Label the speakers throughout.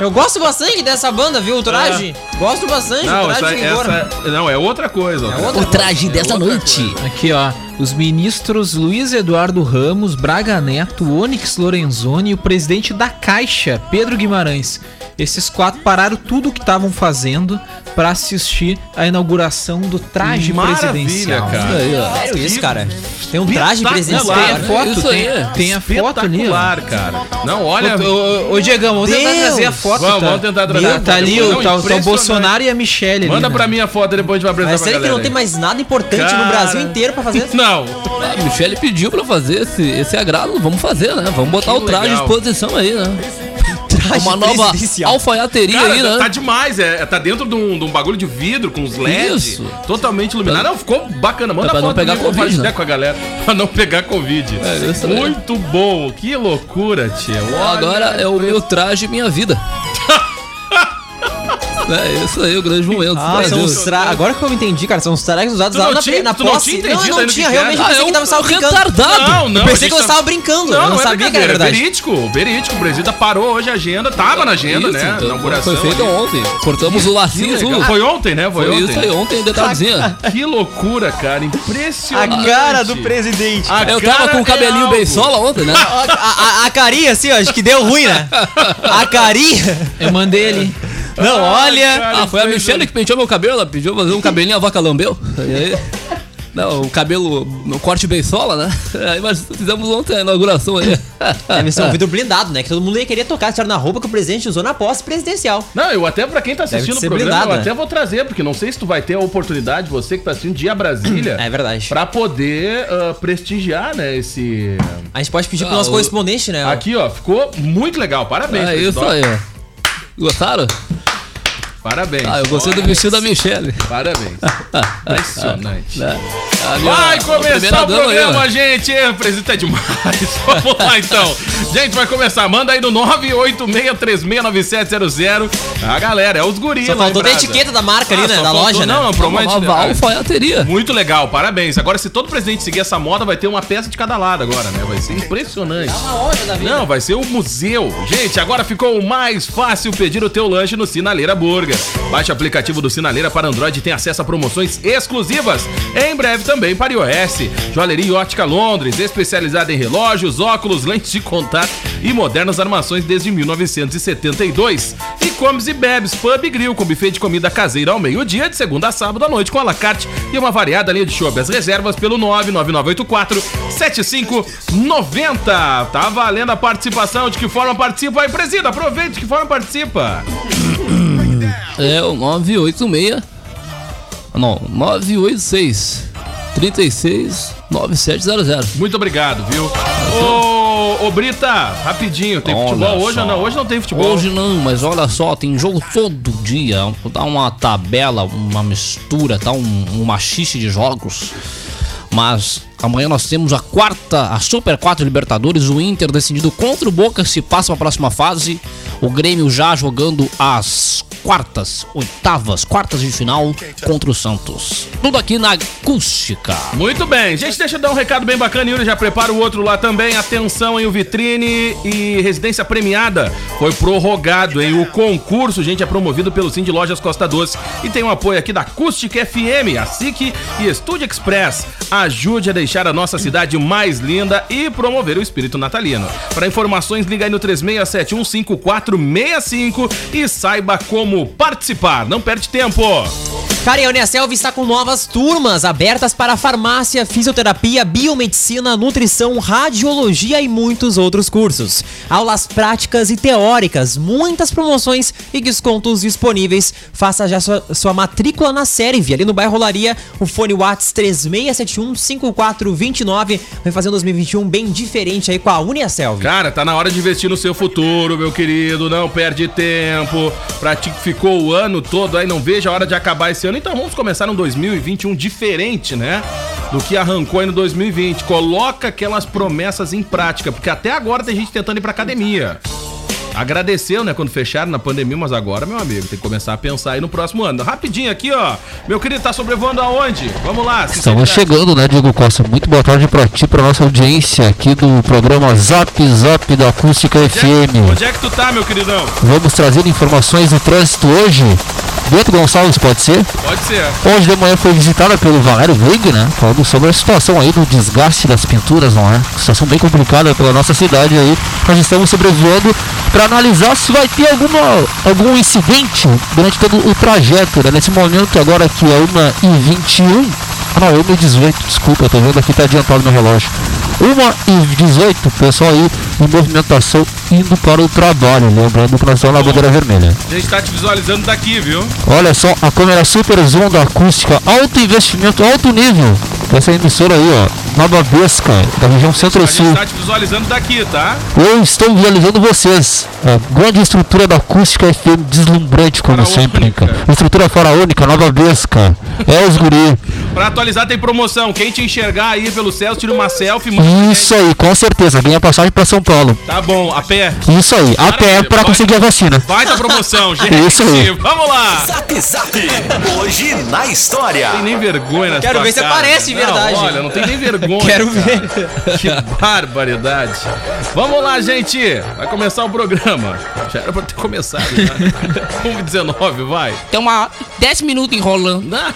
Speaker 1: Eu gosto bastante dessa banda, viu? O traje. Gosto bastante do
Speaker 2: É. Não,
Speaker 1: traje
Speaker 2: essa,
Speaker 1: de rigor.
Speaker 2: essa- não, é outra coisa.
Speaker 3: O traje dessa noite.
Speaker 4: Aqui, ó. Os ministros Luiz Eduardo Ramos, Braga Neto, Onyx Lorenzoni e o presidente da Caixa, Pedro Guimarães. Esses quatro pararam tudo o que estavam fazendo pra assistir a inauguração do traje
Speaker 2: Maravilha,
Speaker 4: presidencial.
Speaker 2: cara.
Speaker 3: Aí, ó.
Speaker 1: Sério isso, cara? Tem um traje
Speaker 2: Espetacular.
Speaker 4: Tem a
Speaker 1: presidencial.
Speaker 4: foto,
Speaker 3: Isso
Speaker 4: tem,
Speaker 3: aí.
Speaker 4: tem a foto ali. ó.
Speaker 2: Espetacular, cara. Não, olha.
Speaker 4: Ô, ô, ô, Diegão, vamos tentar
Speaker 1: Deus.
Speaker 4: trazer a foto.
Speaker 2: Vamos, vamos tentar trazer a
Speaker 4: Meu,
Speaker 2: foto.
Speaker 4: Tá ali
Speaker 2: Não,
Speaker 4: o, tá, o- tá o
Speaker 2: impressionante.
Speaker 4: Bolsonaro e a Michelle ali,
Speaker 2: Manda
Speaker 4: né?
Speaker 2: pra mim a foto, depois a gente vai apresentar
Speaker 1: Mas
Speaker 2: pra
Speaker 1: sério que
Speaker 2: galera.
Speaker 1: não tem mais nada importante no
Speaker 2: Cara.
Speaker 1: Brasil inteiro pra fazer?
Speaker 2: Não,
Speaker 3: A Michelle Ah, pediu pra fazer esse, esse agrado, vamos fazer, né? Vamos botar
Speaker 2: Que
Speaker 3: o traje
Speaker 2: legal.
Speaker 3: à exposição aí, né?
Speaker 1: Traje
Speaker 3: Uma nova
Speaker 1: presidencial.
Speaker 3: alfaiateria
Speaker 2: Cara,
Speaker 3: aí,
Speaker 2: tá-
Speaker 3: né?
Speaker 2: tá demais, é, tá dentro de um, de um bagulho de vidro com os LEDs,
Speaker 3: Isso.
Speaker 2: totalmente iluminado. Não, ficou bacana. Manda
Speaker 3: É pra não
Speaker 2: foto
Speaker 3: pegar
Speaker 2: comigo,
Speaker 3: Covid,
Speaker 2: compartilha
Speaker 3: né?
Speaker 2: com a galera pra não pegar covid.
Speaker 3: É, isso aí.
Speaker 2: Muito bom, que loucura, tia. Olha,
Speaker 3: Agora é o meu traje minha vida. é isso aí, o grande momento.
Speaker 1: Ah,
Speaker 3: Meu
Speaker 1: são
Speaker 3: Deus.
Speaker 1: os tra... Agora que eu entendi, cara, são os trajes usados
Speaker 2: Tu não
Speaker 1: lá na,
Speaker 2: tinha-
Speaker 1: na
Speaker 2: tu não
Speaker 1: posse.
Speaker 2: tinha
Speaker 1: não,
Speaker 2: entendido
Speaker 1: eu não
Speaker 2: ainda o
Speaker 1: tinha,
Speaker 2: que que
Speaker 1: realmente
Speaker 2: era.
Speaker 1: eu
Speaker 3: Ah,
Speaker 1: pensei
Speaker 3: é
Speaker 1: que tava só
Speaker 3: um
Speaker 1: brincando.
Speaker 3: retardado.
Speaker 2: Não, não.
Speaker 1: eu pensei que eu
Speaker 2: a gente tá-
Speaker 1: estava brincando, eu
Speaker 2: Não,
Speaker 1: não sabia
Speaker 2: é
Speaker 1: que era
Speaker 2: brincadeira, é
Speaker 1: verdade.
Speaker 2: verídico, verídico. O Presida parou hoje a agenda, tava na agenda,
Speaker 3: Isso,
Speaker 2: né?
Speaker 3: então,
Speaker 2: inauguração.
Speaker 3: Foi feito
Speaker 2: ali.
Speaker 3: ontem. Cortamos o lacinho e
Speaker 2: Que
Speaker 3: tudo.
Speaker 2: legal. Foi ontem, né? Foi,
Speaker 3: Foi
Speaker 2: ontem.
Speaker 3: isso aí, ontem, detalhezinho.
Speaker 2: Que loucura, cara. Impressionante.
Speaker 1: presidente.
Speaker 2: A
Speaker 3: Eu tava
Speaker 2: cara
Speaker 3: com o
Speaker 2: é
Speaker 3: cabelinho
Speaker 2: algo.
Speaker 3: bem sola ontem, né?
Speaker 1: A, a, a- a carinha, assim, ó, acho que deu ruim, né? A carinha.
Speaker 4: Eu mandei ele.
Speaker 1: Não, olha.
Speaker 2: Cara,
Speaker 3: Ah, foi a
Speaker 2: isso aí,
Speaker 3: Michelle que penteou meu cabelo, ela pediu fazer um cabelinho, a vaca lambeu. E aí, não, o cabelo, no corte bem sola, né? Aí nós fizemos ontem a inauguração aí.
Speaker 1: É, mas é um vidro blindado, né? Que todo mundo ia querer tocar, tiraram na roupa que o presidente usou na posse presidencial.
Speaker 2: Não, eu até, pra quem tá assistindo o
Speaker 1: ser
Speaker 2: programa,
Speaker 1: blindado,
Speaker 2: eu
Speaker 1: né?
Speaker 2: até vou trazer, porque não sei se tu vai ter a oportunidade, você que tá assistindo, de ir a Brasília.
Speaker 1: É verdade.
Speaker 2: Pra poder ah, prestigiar, né, esse...
Speaker 1: A gente pode pedir pro
Speaker 3: Ah,
Speaker 1: nosso
Speaker 3: o-
Speaker 1: correspondente, né?
Speaker 2: Aqui, ó, ficou muito legal. Parabéns,
Speaker 3: É isso
Speaker 2: pessoal.
Speaker 3: aí, ó. Gostaram?
Speaker 2: Parabéns.
Speaker 3: Ah, eu gostei Ah, do vestido da Michelle.
Speaker 2: Parabéns. É Impressionante.
Speaker 3: Ali, ó,
Speaker 2: Vai
Speaker 3: a
Speaker 2: começar
Speaker 3: primeira
Speaker 2: o
Speaker 3: dama né. aí, ó.
Speaker 2: programa, gente! É, Presida é demais. Vamos lá, então. Gente, vai começar. Manda aí no 986369700. A galera, é os guris.
Speaker 1: Só
Speaker 2: lá em
Speaker 1: faltou a
Speaker 2: Brasa.
Speaker 1: etiqueta da marca ali,
Speaker 2: Ah,
Speaker 1: né?
Speaker 2: só
Speaker 1: Da
Speaker 2: faltou-
Speaker 1: loja, né?
Speaker 2: Não, não,
Speaker 3: Uma
Speaker 2: promete...
Speaker 3: nova
Speaker 2: Ah,
Speaker 3: alfaiateria.
Speaker 2: Muito legal, parabéns. Agora, se todo presidente seguir essa moda, vai ter uma peça de cada lado agora, né? Vai ser impressionante. Não, vai ser um museu. Gente, agora ficou mais fácil pedir o teu lanche no Sinaleira Burger. Baixe o aplicativo do Sinaleira para Android e tem acesso a promoções exclusivas. Em breve também para iOS. Joalheria e Ótica Londres, especializada em relógios, óculos, lentes de contato e modernas armações desde 1972. E comes e bebes, pub e grill, com buffet de comida caseira ao meio-dia, de segunda a sábado à noite, com alacarte e uma variada linha de chopp. As reservas pelo 99984 7590. Tá valendo a participação. De que forma participa aí, presida? Aproveita, de que forma participa?
Speaker 3: É o 986. Não, 986 36 9700.
Speaker 2: Muito obrigado, viu? Ô, ô Brita, rapidinho, tem
Speaker 3: Olha
Speaker 2: futebol hoje
Speaker 3: só.
Speaker 2: ou não? Hoje não tem futebol.
Speaker 3: Hoje não, mas olha só, tem jogo todo dia. Dá uma tabela, uma mistura, tá um, uma xixi de jogos. Mas amanhã nós temos a quarta, a Super 4 Libertadores. O Inter decidido contra o Boca se passa para a próxima fase. O Grêmio já jogando às quartas, oitavas, quartas de final contra o Santos. Tudo aqui na acústica.
Speaker 2: Muito bem, gente, deixa eu dar um recado bem bacana, Yuri, já prepara o outro lá também. Atenção, hein, o Vitrine e Residência Premiada foi prorrogado, hein? O concurso, gente, é promovido pelo Sim de Lojas Costa Doce e tem o apoio aqui da Acústica FM, a SIC e Estúdio Express. Ajude a deixar a nossa cidade mais linda e promover o espírito natalino. Para informações, liga aí no 36715465 e saiba como participar. Não perde tempo.
Speaker 1: Cara, e a Uniaselv está com novas turmas abertas para farmácia, fisioterapia, biomedicina, nutrição, radiologia e muitos outros cursos. Aulas práticas e teóricas, muitas promoções e descontos disponíveis. Faça já sua, sua matrícula na Serve, ali no bairro Rolaria, o fone Whats 36715429. Vai fazer um 2021 bem diferente aí com a Uniaselv.
Speaker 2: Cara, tá na hora de investir no seu futuro, meu querido. Não perde tempo. Pra ti que ficou o ano todo aí, não veja a hora de acabar esse ano. Então vamos começar um 2021 diferente, né? Do que arrancou aí no 2020. Coloca aquelas promessas em prática, porque até agora tem gente tentando ir pra academia. Agradeceu, né, quando fecharam na pandemia, mas agora, meu amigo, tem que começar a pensar aí no próximo ano. Rapidinho aqui, ó. Meu querido, tá sobrevoando aonde? Vamos lá.
Speaker 5: Estamos chegando, né, Diego Costa? Muito boa tarde pra ti, pra nossa audiência aqui do programa Zap Zap da Acústica FM.
Speaker 2: Onde é que tu tá, meu queridão?
Speaker 5: Vamos trazer informações do trânsito hoje. Bento Gonçalves, pode ser?
Speaker 2: Pode ser.
Speaker 5: Hoje de manhã foi visitada pelo Valério Veig, né? Falando sobre a situação aí do desgaste das pinturas, não é? Situação bem complicada pela nossa cidade aí. Nós Então, estamos sobrevoando para analisar se vai ter alguma, algum incidente durante todo o trajeto, né? Nesse momento agora que é 1h21. Ah, não, 1h18, desculpa, eu tô vendo aqui, tá adiantado meu relógio. 1h18, pessoal aí em movimentação indo para o trabalho. Lembrando que nós estamos na bandeira vermelha.
Speaker 2: A gente tá te visualizando daqui, viu?
Speaker 5: Olha só, a câmera Super Zoom da acústica, alto investimento, alto nível. Essa emissora aí, ó, Nova Besca, da região
Speaker 2: A gente
Speaker 5: Centro-Sul.
Speaker 2: tá te visualizando daqui, tá?
Speaker 5: Eu estou visualizando vocês. A grande estrutura da acústica é FM, um deslumbrante como
Speaker 2: Faraônica.
Speaker 5: sempre, cara. Estrutura faraônica, Nova Besca. É os guri.
Speaker 2: Pra atualizar tem promoção. Quem te enxergar aí pelo céu, tira uma selfie. manda
Speaker 5: Isso aí, com certeza. Ganha passagem para São Paulo.
Speaker 2: aí. Tá bom, a pé.
Speaker 5: Isso aí, a pé para conseguir a vacina.
Speaker 2: Vai da promoção, gente.
Speaker 5: Isso aí.
Speaker 2: Vamos lá.
Speaker 6: Zap Zap. Hoje na história.
Speaker 2: Tem nem vergonha na
Speaker 1: Quero
Speaker 2: sua
Speaker 1: ver se
Speaker 2: cara.
Speaker 1: aparece,
Speaker 2: Não,
Speaker 1: verdade.
Speaker 2: Olha, não tem nem vergonha.
Speaker 1: Quero
Speaker 2: cara.
Speaker 1: ver.
Speaker 2: Que barbaridade. Vamos lá, gente. Vai começar o programa. Já era pra ter começado, né? 19, vai.
Speaker 3: Tem uma 10 minutos enrolando.
Speaker 2: Ah,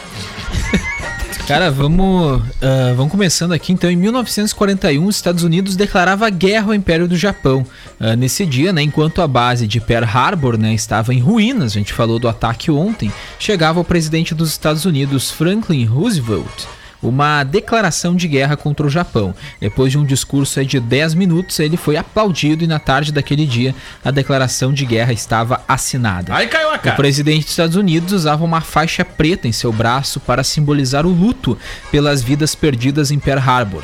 Speaker 4: Cara, vamos, ah, vamos começando aqui. Então, em 1941, os Estados Unidos declarava guerra ao Império do Japão. Ah, nesse dia, né, enquanto a base de Pearl Harbor né, estava em ruínas, a gente falou do ataque ontem, chegava o presidente dos Estados Unidos, Franklin Roosevelt. Uma declaração de guerra contra o Japão. Depois de um discurso aí de 10 minutos, ele foi aplaudido e na tarde daquele dia a declaração de guerra estava assinada.
Speaker 2: Aí caiu a
Speaker 4: O
Speaker 2: cara.
Speaker 4: presidente dos Estados Unidos usava uma faixa preta em seu braço para simbolizar o luto pelas vidas perdidas em Pearl Harbor.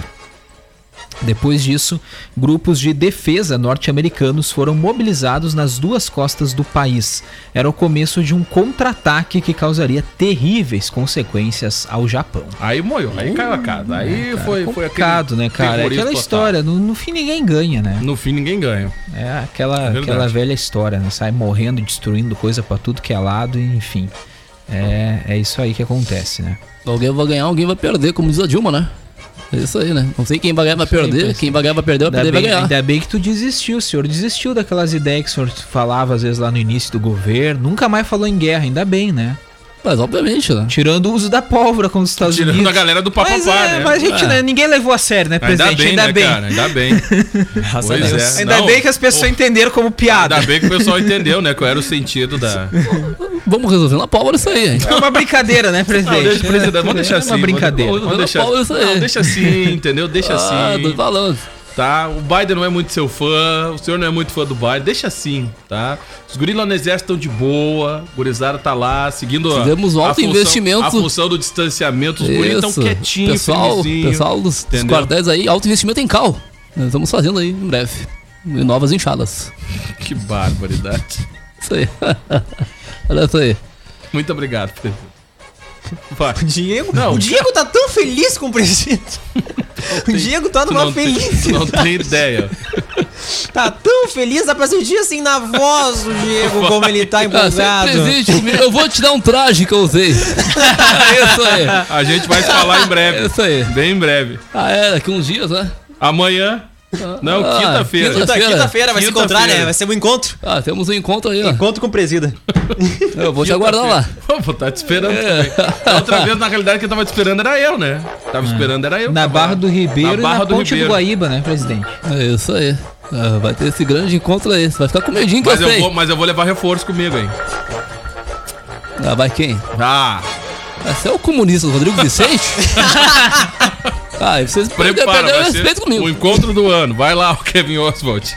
Speaker 4: Depois disso, grupos de defesa norte-americanos foram mobilizados nas duas costas do país. Era o começo de um contra-ataque que causaria terríveis consequências ao Japão.
Speaker 2: Aí moiou, aí caiu a cara. Aí foi, foi
Speaker 4: Complicado, né, cara? É
Speaker 2: terrorismo
Speaker 4: aquela
Speaker 2: total.
Speaker 4: história, no, no fim ninguém ganha, né?
Speaker 2: No fim, ninguém ganha.
Speaker 4: É aquela,
Speaker 2: Verdade.
Speaker 4: aquela velha história, né? Sai morrendo, destruindo coisa pra tudo que é lado, e, enfim. É, é isso aí que acontece, né?
Speaker 3: Alguém vai ganhar, alguém vai perder, como diz a Dilma, né? É isso aí, né? Não sei quem vai ganhar vai perder, quem vai ganhar vai perder,
Speaker 4: Ainda
Speaker 3: vai perder vai
Speaker 4: bem,
Speaker 3: ganhar.
Speaker 4: ainda bem que tu desistiu, senhor. Desistiu daquelas ideias que o senhor falava às vezes lá no início do governo. Nunca mais falou em guerra, ainda bem, né?
Speaker 3: Mas obviamente, né?
Speaker 4: Tirando o uso da pólvora com os Estados
Speaker 2: Tirando
Speaker 4: Unidos.
Speaker 2: a galera do
Speaker 4: mas,
Speaker 2: papapá,
Speaker 4: é,
Speaker 2: né?
Speaker 4: mas a gente, né, ninguém levou a sério, né,
Speaker 2: Ainda
Speaker 4: presidente?
Speaker 2: bem,
Speaker 4: Ainda
Speaker 2: né,
Speaker 4: bem.
Speaker 2: cara? Ainda bem. Pois é.
Speaker 4: Ainda
Speaker 2: Não,
Speaker 4: bem que as pessoas entenderam como piada.
Speaker 2: Ainda bem que o pessoal entendeu, né? Qual era o sentido da.
Speaker 3: Vamos resolver na pólvora isso aí, hein?
Speaker 4: É uma brincadeira, né, presidente?
Speaker 2: Não, deixa, presidente, vamos deixar
Speaker 4: É
Speaker 2: assim.
Speaker 4: uma brincadeira.
Speaker 2: Vamos, vamos deixar,
Speaker 3: Paulo, isso aí.
Speaker 2: não, deixa assim, entendeu? Deixa
Speaker 3: Ah, tô
Speaker 2: assim,
Speaker 3: falando.
Speaker 2: tá? O Biden não é muito seu fã, o senhor não é muito fã do Biden, deixa assim, tá? Os guris lá no exército estão de boa, o gurizada tá lá, seguindo a-
Speaker 3: Fizemos um
Speaker 2: a
Speaker 3: alto
Speaker 2: função-
Speaker 3: investimento.
Speaker 2: A função do distanciamento, os guris estão
Speaker 3: Isso.
Speaker 2: quietinhos,
Speaker 3: pessoal,
Speaker 2: felizinho,
Speaker 3: pessoal dos, dos
Speaker 2: entendeu?
Speaker 3: quartéis aí, alto investimento em cal. Nós estamos fazendo aí em breve. E novas enxadas.
Speaker 2: Que barbaridade.
Speaker 3: Isso aí. Olha isso aí.
Speaker 2: Muito obrigado, presidente. Vai.
Speaker 1: Diego?
Speaker 2: Não.
Speaker 1: O Diego tá tão feliz com o presidente. o Diego tá
Speaker 2: Tu
Speaker 1: numa
Speaker 2: não tem-
Speaker 1: feliz.
Speaker 2: tu não tem ideia.
Speaker 1: Tá tão feliz, dá pra sentir assim na voz do Diego como ele tá
Speaker 3: Ah, sempre
Speaker 1: empolgado.
Speaker 3: existe. Eu vou te dar um traje que eu usei. É isso aí.
Speaker 2: A gente vai se falar em
Speaker 3: É
Speaker 2: breve.
Speaker 3: isso aí.
Speaker 2: Bem em breve.
Speaker 3: Ah, é, daqui uns dias, né?
Speaker 2: Amanhã. Não,
Speaker 3: Ah,
Speaker 2: quinta-feira.
Speaker 3: quinta-
Speaker 1: Tá, Quinta-feira vai se encontrar,
Speaker 2: Quinta-feira.
Speaker 1: né? Vai ser um encontro.
Speaker 3: Ah, temos um encontro aí, ó.
Speaker 1: Encontro com o presida.
Speaker 3: Eu vou te aguardar lá.
Speaker 2: Pô, vou tá te esperando também. Da Outra vez, na realidade, quem tava te esperando era eu, né? Tava esperando era eu.
Speaker 4: Na
Speaker 2: Tava-
Speaker 4: Barra do Ribeiro
Speaker 2: Barra
Speaker 4: e na
Speaker 2: do
Speaker 4: Ponte
Speaker 2: Ribeiro.
Speaker 4: do Guaíba, né, presidente?
Speaker 3: É isso aí. Ah, vai ter esse grande encontro aí. Você vai ficar com medinho que
Speaker 2: Mas
Speaker 3: eu
Speaker 2: eu,
Speaker 3: sei.
Speaker 2: vou, mas eu vou levar reforço comigo, hein?
Speaker 3: Ah, vai quem?
Speaker 2: Ah,
Speaker 3: Ah, Você é o comunista do Rodrigo Vicente? ah, e vocês
Speaker 2: prepara,
Speaker 3: perderam o
Speaker 2: vai ser
Speaker 3: respeito comigo.
Speaker 2: o encontro do ano. Vai lá, o Kevin Oswald.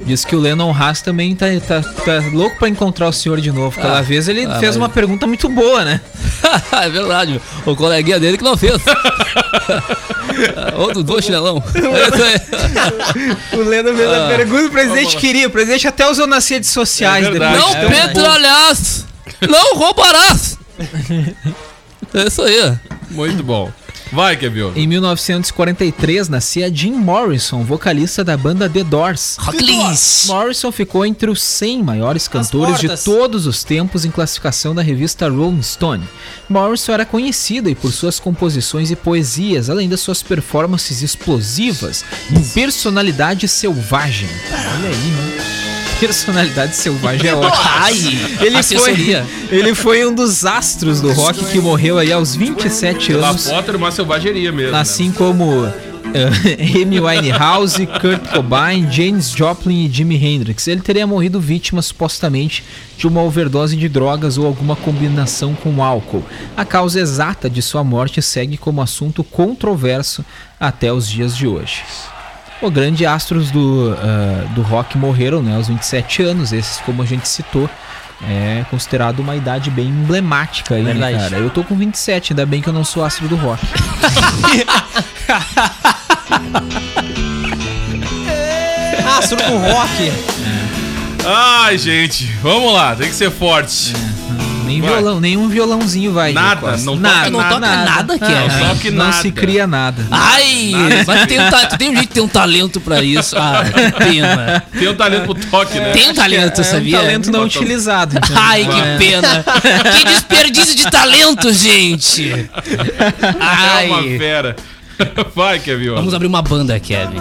Speaker 4: Diz que o Lennon Haas também tá, tá- tá louco pra encontrar o senhor de novo. Aquela
Speaker 3: Ah,
Speaker 4: vez ele
Speaker 3: ah,
Speaker 4: fez
Speaker 3: mas-
Speaker 4: uma pergunta muito boa, né?
Speaker 3: é verdade, o coleguinha dele que não fez. Outro do chinelão. É isso aí.
Speaker 4: O Lennon fez a pergunta, o presidente queria. O presidente até usou nas redes sociais
Speaker 2: É verdade.
Speaker 3: Não
Speaker 2: Então,
Speaker 4: Então,
Speaker 3: petralhas! Não roubarás! É isso aí.
Speaker 2: Muito bom. Vai, Kevin Oswald.
Speaker 4: Em 1943, nascia Jim Morrison, vocalista da banda The Doors.
Speaker 3: Rocklins!
Speaker 4: Morrison ficou entre os 100 maiores cantores de
Speaker 1: portas.
Speaker 4: todos os tempos em classificação da revista Rolling Stone. Morrison era conhecida e por suas composições e poesias, além das suas performances explosivas e personalidade selvagem. Olha aí, né? Personalidade selvagem é ótimo. Ele foi,
Speaker 3: Assessoria.
Speaker 4: ele foi um dos astros do rock que morreu aí aos 27
Speaker 2: La
Speaker 4: anos.
Speaker 2: foto era uma selvageria mesmo. né?
Speaker 4: Assim como eh, Amy Winehouse, Kurt Cobain, James Joplin e Jimi Hendrix. Ele teria morrido vítima supostamente de uma overdose de drogas ou alguma combinação com álcool. A causa exata de sua morte segue como assunto controverso até os dias de hoje. O grande astros do, ah, do rock morreram né, aos 27 anos, esses como a gente citou. É considerado uma idade bem emblemática aí, né,
Speaker 1: Verdade.
Speaker 4: cara? Eu tô com 27, ainda bem que eu não sou astro do rock.
Speaker 1: Ah, surdo com rock.
Speaker 2: né? Ai, gente, vamos lá, tem que ser forte.
Speaker 4: Nem
Speaker 2: Vai.
Speaker 4: violão, nenhum violãozinho vai.
Speaker 2: Nada,
Speaker 4: Diego Costa.
Speaker 2: não toca
Speaker 3: Não toca é nada, Kevin.
Speaker 4: Ah,
Speaker 2: Não toque
Speaker 4: não
Speaker 2: nada.
Speaker 4: se cria nada.
Speaker 3: Ai, mas tem um, ta- tu tem um jeito de ter um talento pra isso. Ah, que pena.
Speaker 2: Tem o talento pro toque, né?
Speaker 3: Tem um
Speaker 4: é
Speaker 3: talento,
Speaker 4: um
Speaker 3: sabia?
Speaker 4: talento não utilizado. então.
Speaker 3: Ai, que pena. Que desperdício de talento, gente.
Speaker 2: É uma
Speaker 3: Ai.
Speaker 2: fera. Vai, Kevin. Oswald.
Speaker 3: Vamos abrir uma banda, Kevin.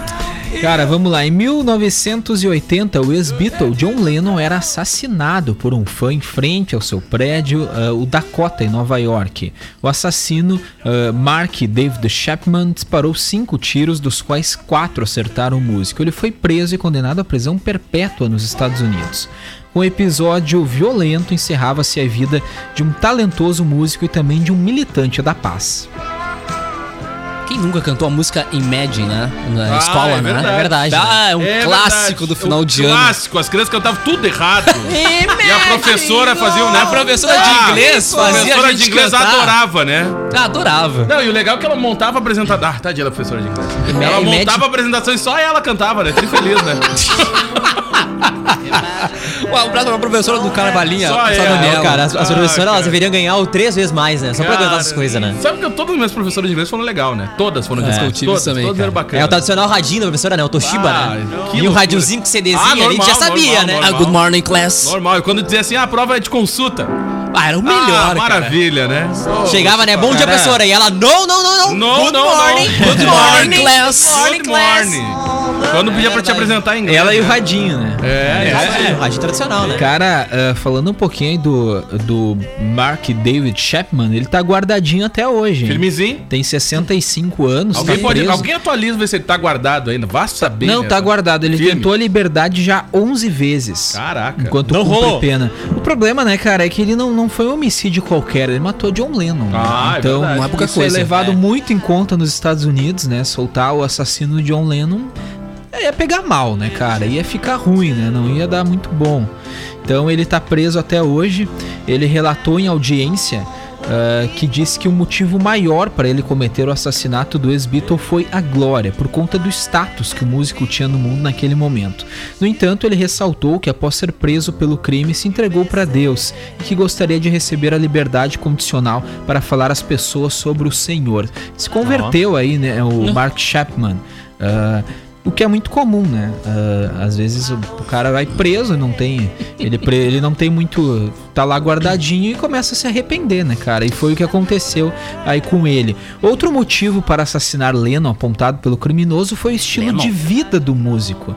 Speaker 4: Cara, vamos lá. Em 1980, o ex-Beatle John Lennon era assassinado por um fã em frente ao seu prédio, ah, o Dakota, em Nova York. O assassino, ah, Mark David Chapman, disparou cinco tiros, dos quais quatro acertaram o músico. Ele foi preso e condenado à prisão perpétua nos Estados Unidos. Com o episódio violento, encerrava-se a vida de um talentoso músico e também de um militante da paz.
Speaker 3: Quem nunca cantou a música Imagine, né? Na
Speaker 2: Ah,
Speaker 3: escola,
Speaker 2: é
Speaker 3: né?
Speaker 2: verdade.
Speaker 3: Ah, é um
Speaker 2: É verdade.
Speaker 3: clássico do final
Speaker 2: É um
Speaker 3: de ano.
Speaker 2: Clássico, as crianças cantavam tudo errado. e a professora fazia, né?
Speaker 3: A professora de inglês fazia
Speaker 2: A professora
Speaker 3: a gente
Speaker 2: de inglês
Speaker 3: cantar.
Speaker 2: adorava, né?
Speaker 3: Ah, adorava.
Speaker 2: Não, e o legal é que ela montava a apresentação. Ah, tadinha da professora de inglês.
Speaker 3: Ima-
Speaker 2: Ela
Speaker 3: imagine-
Speaker 2: montava a apresentação e só ela cantava, né? Tri feliz, né?
Speaker 3: Um abraço pra professora do Carvalhinha.
Speaker 2: Só
Speaker 3: professora
Speaker 2: ela.
Speaker 3: Daniela.
Speaker 1: Não, cara, as, as
Speaker 2: Ah,
Speaker 1: professoras elas
Speaker 2: cara.
Speaker 1: deveriam ganhar o três vezes mais, né? Só pra
Speaker 2: Cara,
Speaker 1: cantar essas coisas, né?
Speaker 2: Sabe que todas as minhas professoras de inglês foram legal, né? Todas foram legais.
Speaker 3: eu tive
Speaker 2: todas,
Speaker 3: isso também,
Speaker 2: todas
Speaker 3: cara.
Speaker 2: eram bacanas.
Speaker 1: É o tradicional radinho da professora, né? O Toshiba,
Speaker 2: Ah,
Speaker 1: né?
Speaker 2: que
Speaker 1: E o
Speaker 2: loucura.
Speaker 1: radiozinho com CDzinho
Speaker 2: Ah,
Speaker 1: ali, a gente já
Speaker 2: normal,
Speaker 1: sabia,
Speaker 2: normal,
Speaker 1: né?
Speaker 2: normal.
Speaker 3: Ah, good morning, class.
Speaker 2: Normal, e quando dizia assim, ah, a prova é de consulta.
Speaker 3: Ah, era o melhor,
Speaker 2: ah,
Speaker 3: cara.
Speaker 2: maravilha, né?
Speaker 1: Ah, um Chegava, né? Bom dia,
Speaker 2: Cara,
Speaker 1: professora. E ela, não, não, não, não.
Speaker 2: Não,
Speaker 1: good
Speaker 2: não, não.
Speaker 1: morning.
Speaker 2: Good
Speaker 1: Good
Speaker 3: morning,
Speaker 1: morning,
Speaker 3: class.
Speaker 2: Good morning. Quando pedia é pra te apresentar em inglês.
Speaker 4: Ela e o
Speaker 2: né?
Speaker 4: Radinho, né?
Speaker 2: É, é.
Speaker 1: É, o radinho tradicional, né?
Speaker 4: Cara, ah, falando um pouquinho aí do, do Mark David Chapman, ele tá guardadinho até hoje. hein?
Speaker 2: Firmezinho.
Speaker 4: Tem 65 anos.
Speaker 2: Alguém,
Speaker 4: tá
Speaker 2: pode,
Speaker 4: preso.
Speaker 2: alguém atualiza ver se ele tá guardado ainda. Vá saber.
Speaker 4: Não,
Speaker 2: né?
Speaker 4: tá guardado. Ele
Speaker 2: Firme.
Speaker 4: tentou a liberdade já 11 vezes.
Speaker 2: Caraca.
Speaker 4: Enquanto
Speaker 1: Não
Speaker 4: cumpre
Speaker 1: rolou.
Speaker 4: pena. O problema, né, cara, é que ele não, não foi um homicídio qualquer. Ele matou John Lennon. né?
Speaker 2: Ah, é
Speaker 4: então,
Speaker 2: verdade.
Speaker 3: Não é pouca
Speaker 4: isso
Speaker 3: coisa,
Speaker 4: é levado
Speaker 3: é.
Speaker 4: muito em conta nos Estados Unidos, né? Soltar o assassino de John Lennon é, ia pegar mal, né, cara? Ia ficar ruim, né? Não ia dar muito bom. Então ele tá preso até hoje. Ele relatou em audiência ah, que disse que o motivo maior para ele cometer o assassinato do ex-Beatle foi a glória, por conta do status que o músico tinha no mundo naquele momento. No entanto, ele ressaltou que após ser preso pelo crime, se entregou para Deus e que gostaria de receber a liberdade condicional para falar às pessoas sobre o Senhor. Se converteu aí, né, o Mark Chapman. Ah, o que é muito comum, né? Ah, às vezes o, o cara vai preso, não tem. Ele, pre- ele não tem muito. tá lá guardadinho e começa a se arrepender, né, cara? E foi o que aconteceu aí com ele. Outro motivo para assassinar Lennon, apontado pelo criminoso, foi o estilo de vida do músico.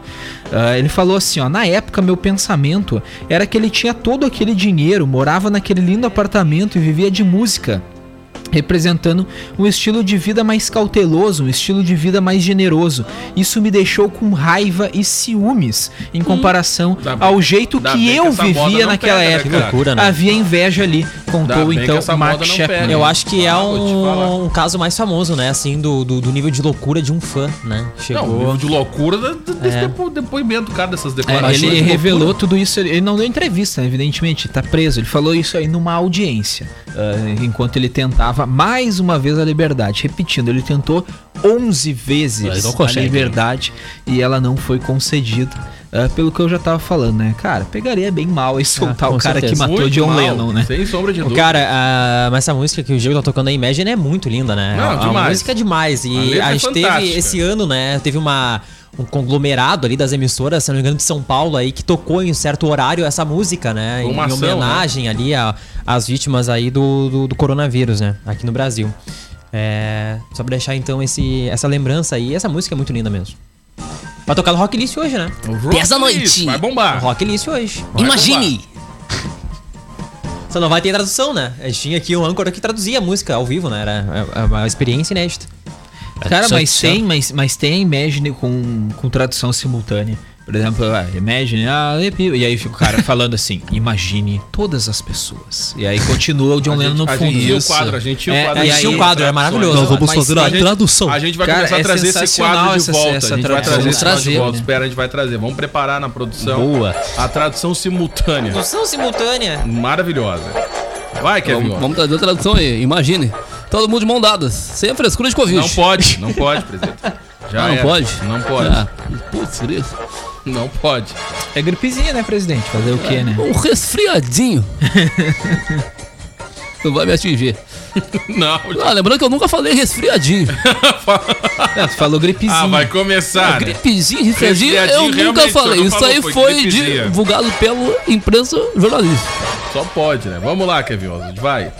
Speaker 4: Ah, ele falou assim, ó, na época meu pensamento era que ele tinha todo aquele dinheiro, morava naquele lindo apartamento e vivia de música representando um estilo de vida mais cauteloso, um estilo de vida mais generoso. Isso me deixou com raiva e ciúmes em comparação
Speaker 2: Dá bem-
Speaker 4: ao jeito
Speaker 2: dá
Speaker 4: que
Speaker 2: bem
Speaker 4: eu
Speaker 2: que essa moda
Speaker 4: vivia
Speaker 2: não
Speaker 4: naquela
Speaker 2: pega, né,
Speaker 4: época.
Speaker 2: cara? Que
Speaker 3: loucura, né?
Speaker 4: Havia inveja ali,
Speaker 2: Dá
Speaker 4: contou
Speaker 2: bem que
Speaker 4: então
Speaker 2: essa
Speaker 4: Mark
Speaker 2: moda não
Speaker 4: Chapman.
Speaker 2: pega.
Speaker 1: Eu acho que é
Speaker 2: Ah, vou te falar.
Speaker 1: um, um caso mais famoso, né? Assim, do, do, do nível de loucura de um fã, né?
Speaker 2: Não,
Speaker 1: Chegou.
Speaker 2: o nível de loucura da- da- desse depo- depoimento, cara, dessas
Speaker 4: É,
Speaker 2: declarações.
Speaker 4: ele
Speaker 2: Loucura.
Speaker 4: revelou tudo isso, ele não deu entrevista, né, evidentemente, tá preso. Ele falou isso aí numa audiência, ah, enquanto ele tentava mais uma vez a liberdade. Repetindo, ele tentou 11
Speaker 3: Ele
Speaker 4: vezes
Speaker 3: não
Speaker 4: a
Speaker 3: consegue.
Speaker 4: liberdade e ela não foi concedida. ah, pelo que eu já tava falando, né? Cara, pegaria bem mal e soltar
Speaker 1: com
Speaker 4: o cara que
Speaker 1: certeza.
Speaker 4: matou
Speaker 2: Muito
Speaker 4: John
Speaker 2: mal,
Speaker 4: Lennon, né?
Speaker 2: Sem sombra de
Speaker 1: O
Speaker 2: dúvida.
Speaker 1: cara, a- mas essa música que o Diego tá tocando aí, Imagine, é muito linda, né?
Speaker 2: Não,
Speaker 1: a, a
Speaker 2: demais.
Speaker 1: música é demais.
Speaker 2: A
Speaker 1: E
Speaker 2: letra
Speaker 1: a,
Speaker 2: é
Speaker 1: gente teve
Speaker 2: fantástica.
Speaker 1: esse ano, né? Teve uma. Um conglomerado ali das emissoras, se não me engano, de São Paulo aí, que tocou em um certo horário essa música, né?
Speaker 2: Foi uma
Speaker 1: em
Speaker 2: ação, né?
Speaker 1: homenagem ali a- às vítimas aí do, do, do coronavírus, né? Aqui no Brasil. É, só pra deixar então esse, essa lembrança aí. Essa música é muito linda mesmo. Vai tocar no Rock List hoje, né?
Speaker 3: Dez da noite.
Speaker 2: Vai bombar.
Speaker 1: Rock List hoje.
Speaker 3: então Imagine!
Speaker 1: Só não vai ter tradução, né? A gente tinha aqui um âncora que traduzia a música ao vivo, né? Era é, é uma experiência inédita.
Speaker 4: Cara,
Speaker 3: Só-
Speaker 4: mas
Speaker 3: só-
Speaker 4: tem, mas, mas tem a Imagine com, com tradução simultânea. Por exemplo, ah, Imagine, ah, e pi- e aí fica o cara falando assim, imagine todas as pessoas. E aí continua o John Lennon no
Speaker 2: a
Speaker 4: fundo.
Speaker 2: gente tinha o
Speaker 4: Isso.
Speaker 2: quadro, a gente tinha o
Speaker 4: É,
Speaker 2: quadro.
Speaker 4: e
Speaker 2: das
Speaker 4: aí-
Speaker 1: tinha o quadro, era maravilhoso.
Speaker 2: traduções.
Speaker 1: Nós vamos
Speaker 4: Mas
Speaker 1: fazer
Speaker 4: tem-
Speaker 1: a tradução.
Speaker 2: A gente vai
Speaker 4: Cara,
Speaker 2: começar
Speaker 4: é
Speaker 2: a trazer esse
Speaker 4: sensacional
Speaker 2: quadro de
Speaker 4: essa-
Speaker 2: volta.
Speaker 4: essa
Speaker 2: a gente vai trazer
Speaker 4: tradução. Vamos
Speaker 2: esse quadro de
Speaker 4: trazer,
Speaker 2: volta.
Speaker 4: né?
Speaker 2: Espera, a gente vai trazer. Vamos preparar na produção.
Speaker 3: Boa.
Speaker 2: A tradução simultânea.
Speaker 1: Tradução simultânea.
Speaker 2: Maravilhosa. Vai, Kevin.
Speaker 3: Vamos, vamos trazer a tradução aí, imagine. Todo mundo de mão dadas, sem a frescura de Covid.
Speaker 2: Não pode, não pode, presidente. Já
Speaker 3: Ah, não
Speaker 2: era.
Speaker 3: pode?
Speaker 2: Não pode.
Speaker 3: Ah, putz, grilo.
Speaker 2: Não pode.
Speaker 4: É gripezinha, né, presidente? Fazer o quê,
Speaker 2: É.
Speaker 4: né?
Speaker 3: Um resfriadinho. Não vai me atingir.
Speaker 2: Não.
Speaker 3: Ah, lembrando que eu nunca falei resfriadinho.
Speaker 4: Ah, tu falou gripezinha.
Speaker 2: Ah, vai começar. né?
Speaker 3: Gripezinho, resfriadinho,
Speaker 2: Resfriadinho,
Speaker 3: eu nunca
Speaker 2: realmente,
Speaker 3: falei.
Speaker 2: tu não
Speaker 3: Isso
Speaker 2: falou,
Speaker 3: aí
Speaker 2: foi
Speaker 3: foi
Speaker 2: gripezinha.
Speaker 3: divulgado pela imprensa jornalista.
Speaker 2: Só pode, né? Vamos lá, Kevin Oswald. Vai.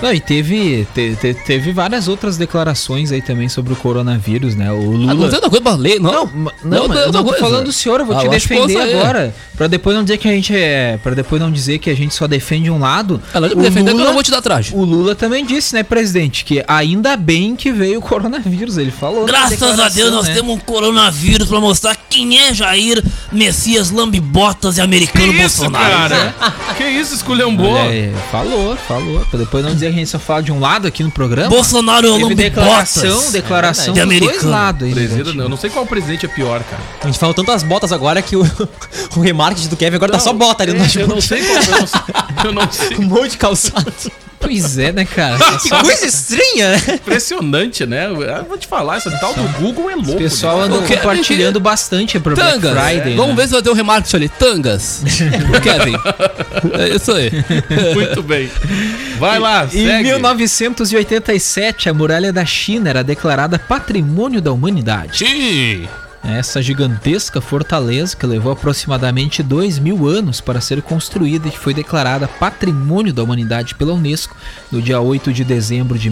Speaker 4: Não, e teve, te- te- teve várias outras declarações aí também sobre o coronavírus, né? O
Speaker 3: Ah, não
Speaker 4: Lula...
Speaker 3: tem outra coisa pra ler, não.
Speaker 4: Não, ma- não, mas
Speaker 3: tem
Speaker 4: eu
Speaker 3: outra
Speaker 4: não tô
Speaker 3: coisa.
Speaker 4: falando do senhor, eu vou
Speaker 3: Ah,
Speaker 4: te
Speaker 3: eu acho que
Speaker 4: defender
Speaker 3: ouça aí.
Speaker 4: agora. Pra depois não dizer que a gente é. Pra depois não dizer que a gente só defende um lado.
Speaker 3: Ela já
Speaker 4: o
Speaker 3: me defendeu que Ah, eu
Speaker 4: Lula-
Speaker 3: não vou te dar traje.
Speaker 4: O Lula também disse, né, presidente, que ainda bem que veio o coronavírus, ele falou. na
Speaker 7: Graças a
Speaker 4: declaração,
Speaker 7: Deus nós
Speaker 4: né?
Speaker 7: temos um coronavírus pra mostrar quem é Jair, Messias, Lambibotas e americano Bolsonaro.
Speaker 4: Né?
Speaker 2: cara? né? que isso, um esculhambou?
Speaker 4: Olha aí, falou, falou. Pra depois não dizer que a gente só fala de um lado aqui no programa.
Speaker 7: Bolsonaro é o
Speaker 4: Teve
Speaker 7: Lambibotas.
Speaker 4: declaração,
Speaker 3: É
Speaker 4: declaração
Speaker 7: De
Speaker 4: dos dois
Speaker 7: americano.
Speaker 4: lados. aí,
Speaker 2: Presida,
Speaker 4: gente.
Speaker 2: não. Eu não sei qual presidente é pior, cara.
Speaker 1: A gente falou tantas botas agora que o, o remarketing do Kevin agora tá só bota ali no notebook.
Speaker 2: Eu não sei qual. Eu não sei. Eu não sei.
Speaker 1: Um monte de calçado.
Speaker 4: Pois é, né, cara? Só-
Speaker 1: Que coisa estranha, né?
Speaker 2: Impressionante, né? Eu vou te falar, essa tal do Google é louco.
Speaker 4: O pessoal
Speaker 2: né?
Speaker 4: andou
Speaker 3: Eu quero-
Speaker 4: compartilhando bastante pro Black
Speaker 3: Tangas.
Speaker 4: Friday.
Speaker 3: Vamos
Speaker 4: né?
Speaker 3: ver se vai ter um remarketing ali. Tangas. Pro Kevin. É isso aí.
Speaker 2: Muito bem. Vai lá,
Speaker 4: Em
Speaker 2: segue.
Speaker 4: 1987, a muralha da China era declarada Patrimônio da Humanidade. Essa gigantesca fortaleza, que levou aproximadamente dois mil anos para ser construída e que foi declarada Patrimônio da Humanidade pela Unesco no dia 8 de dezembro de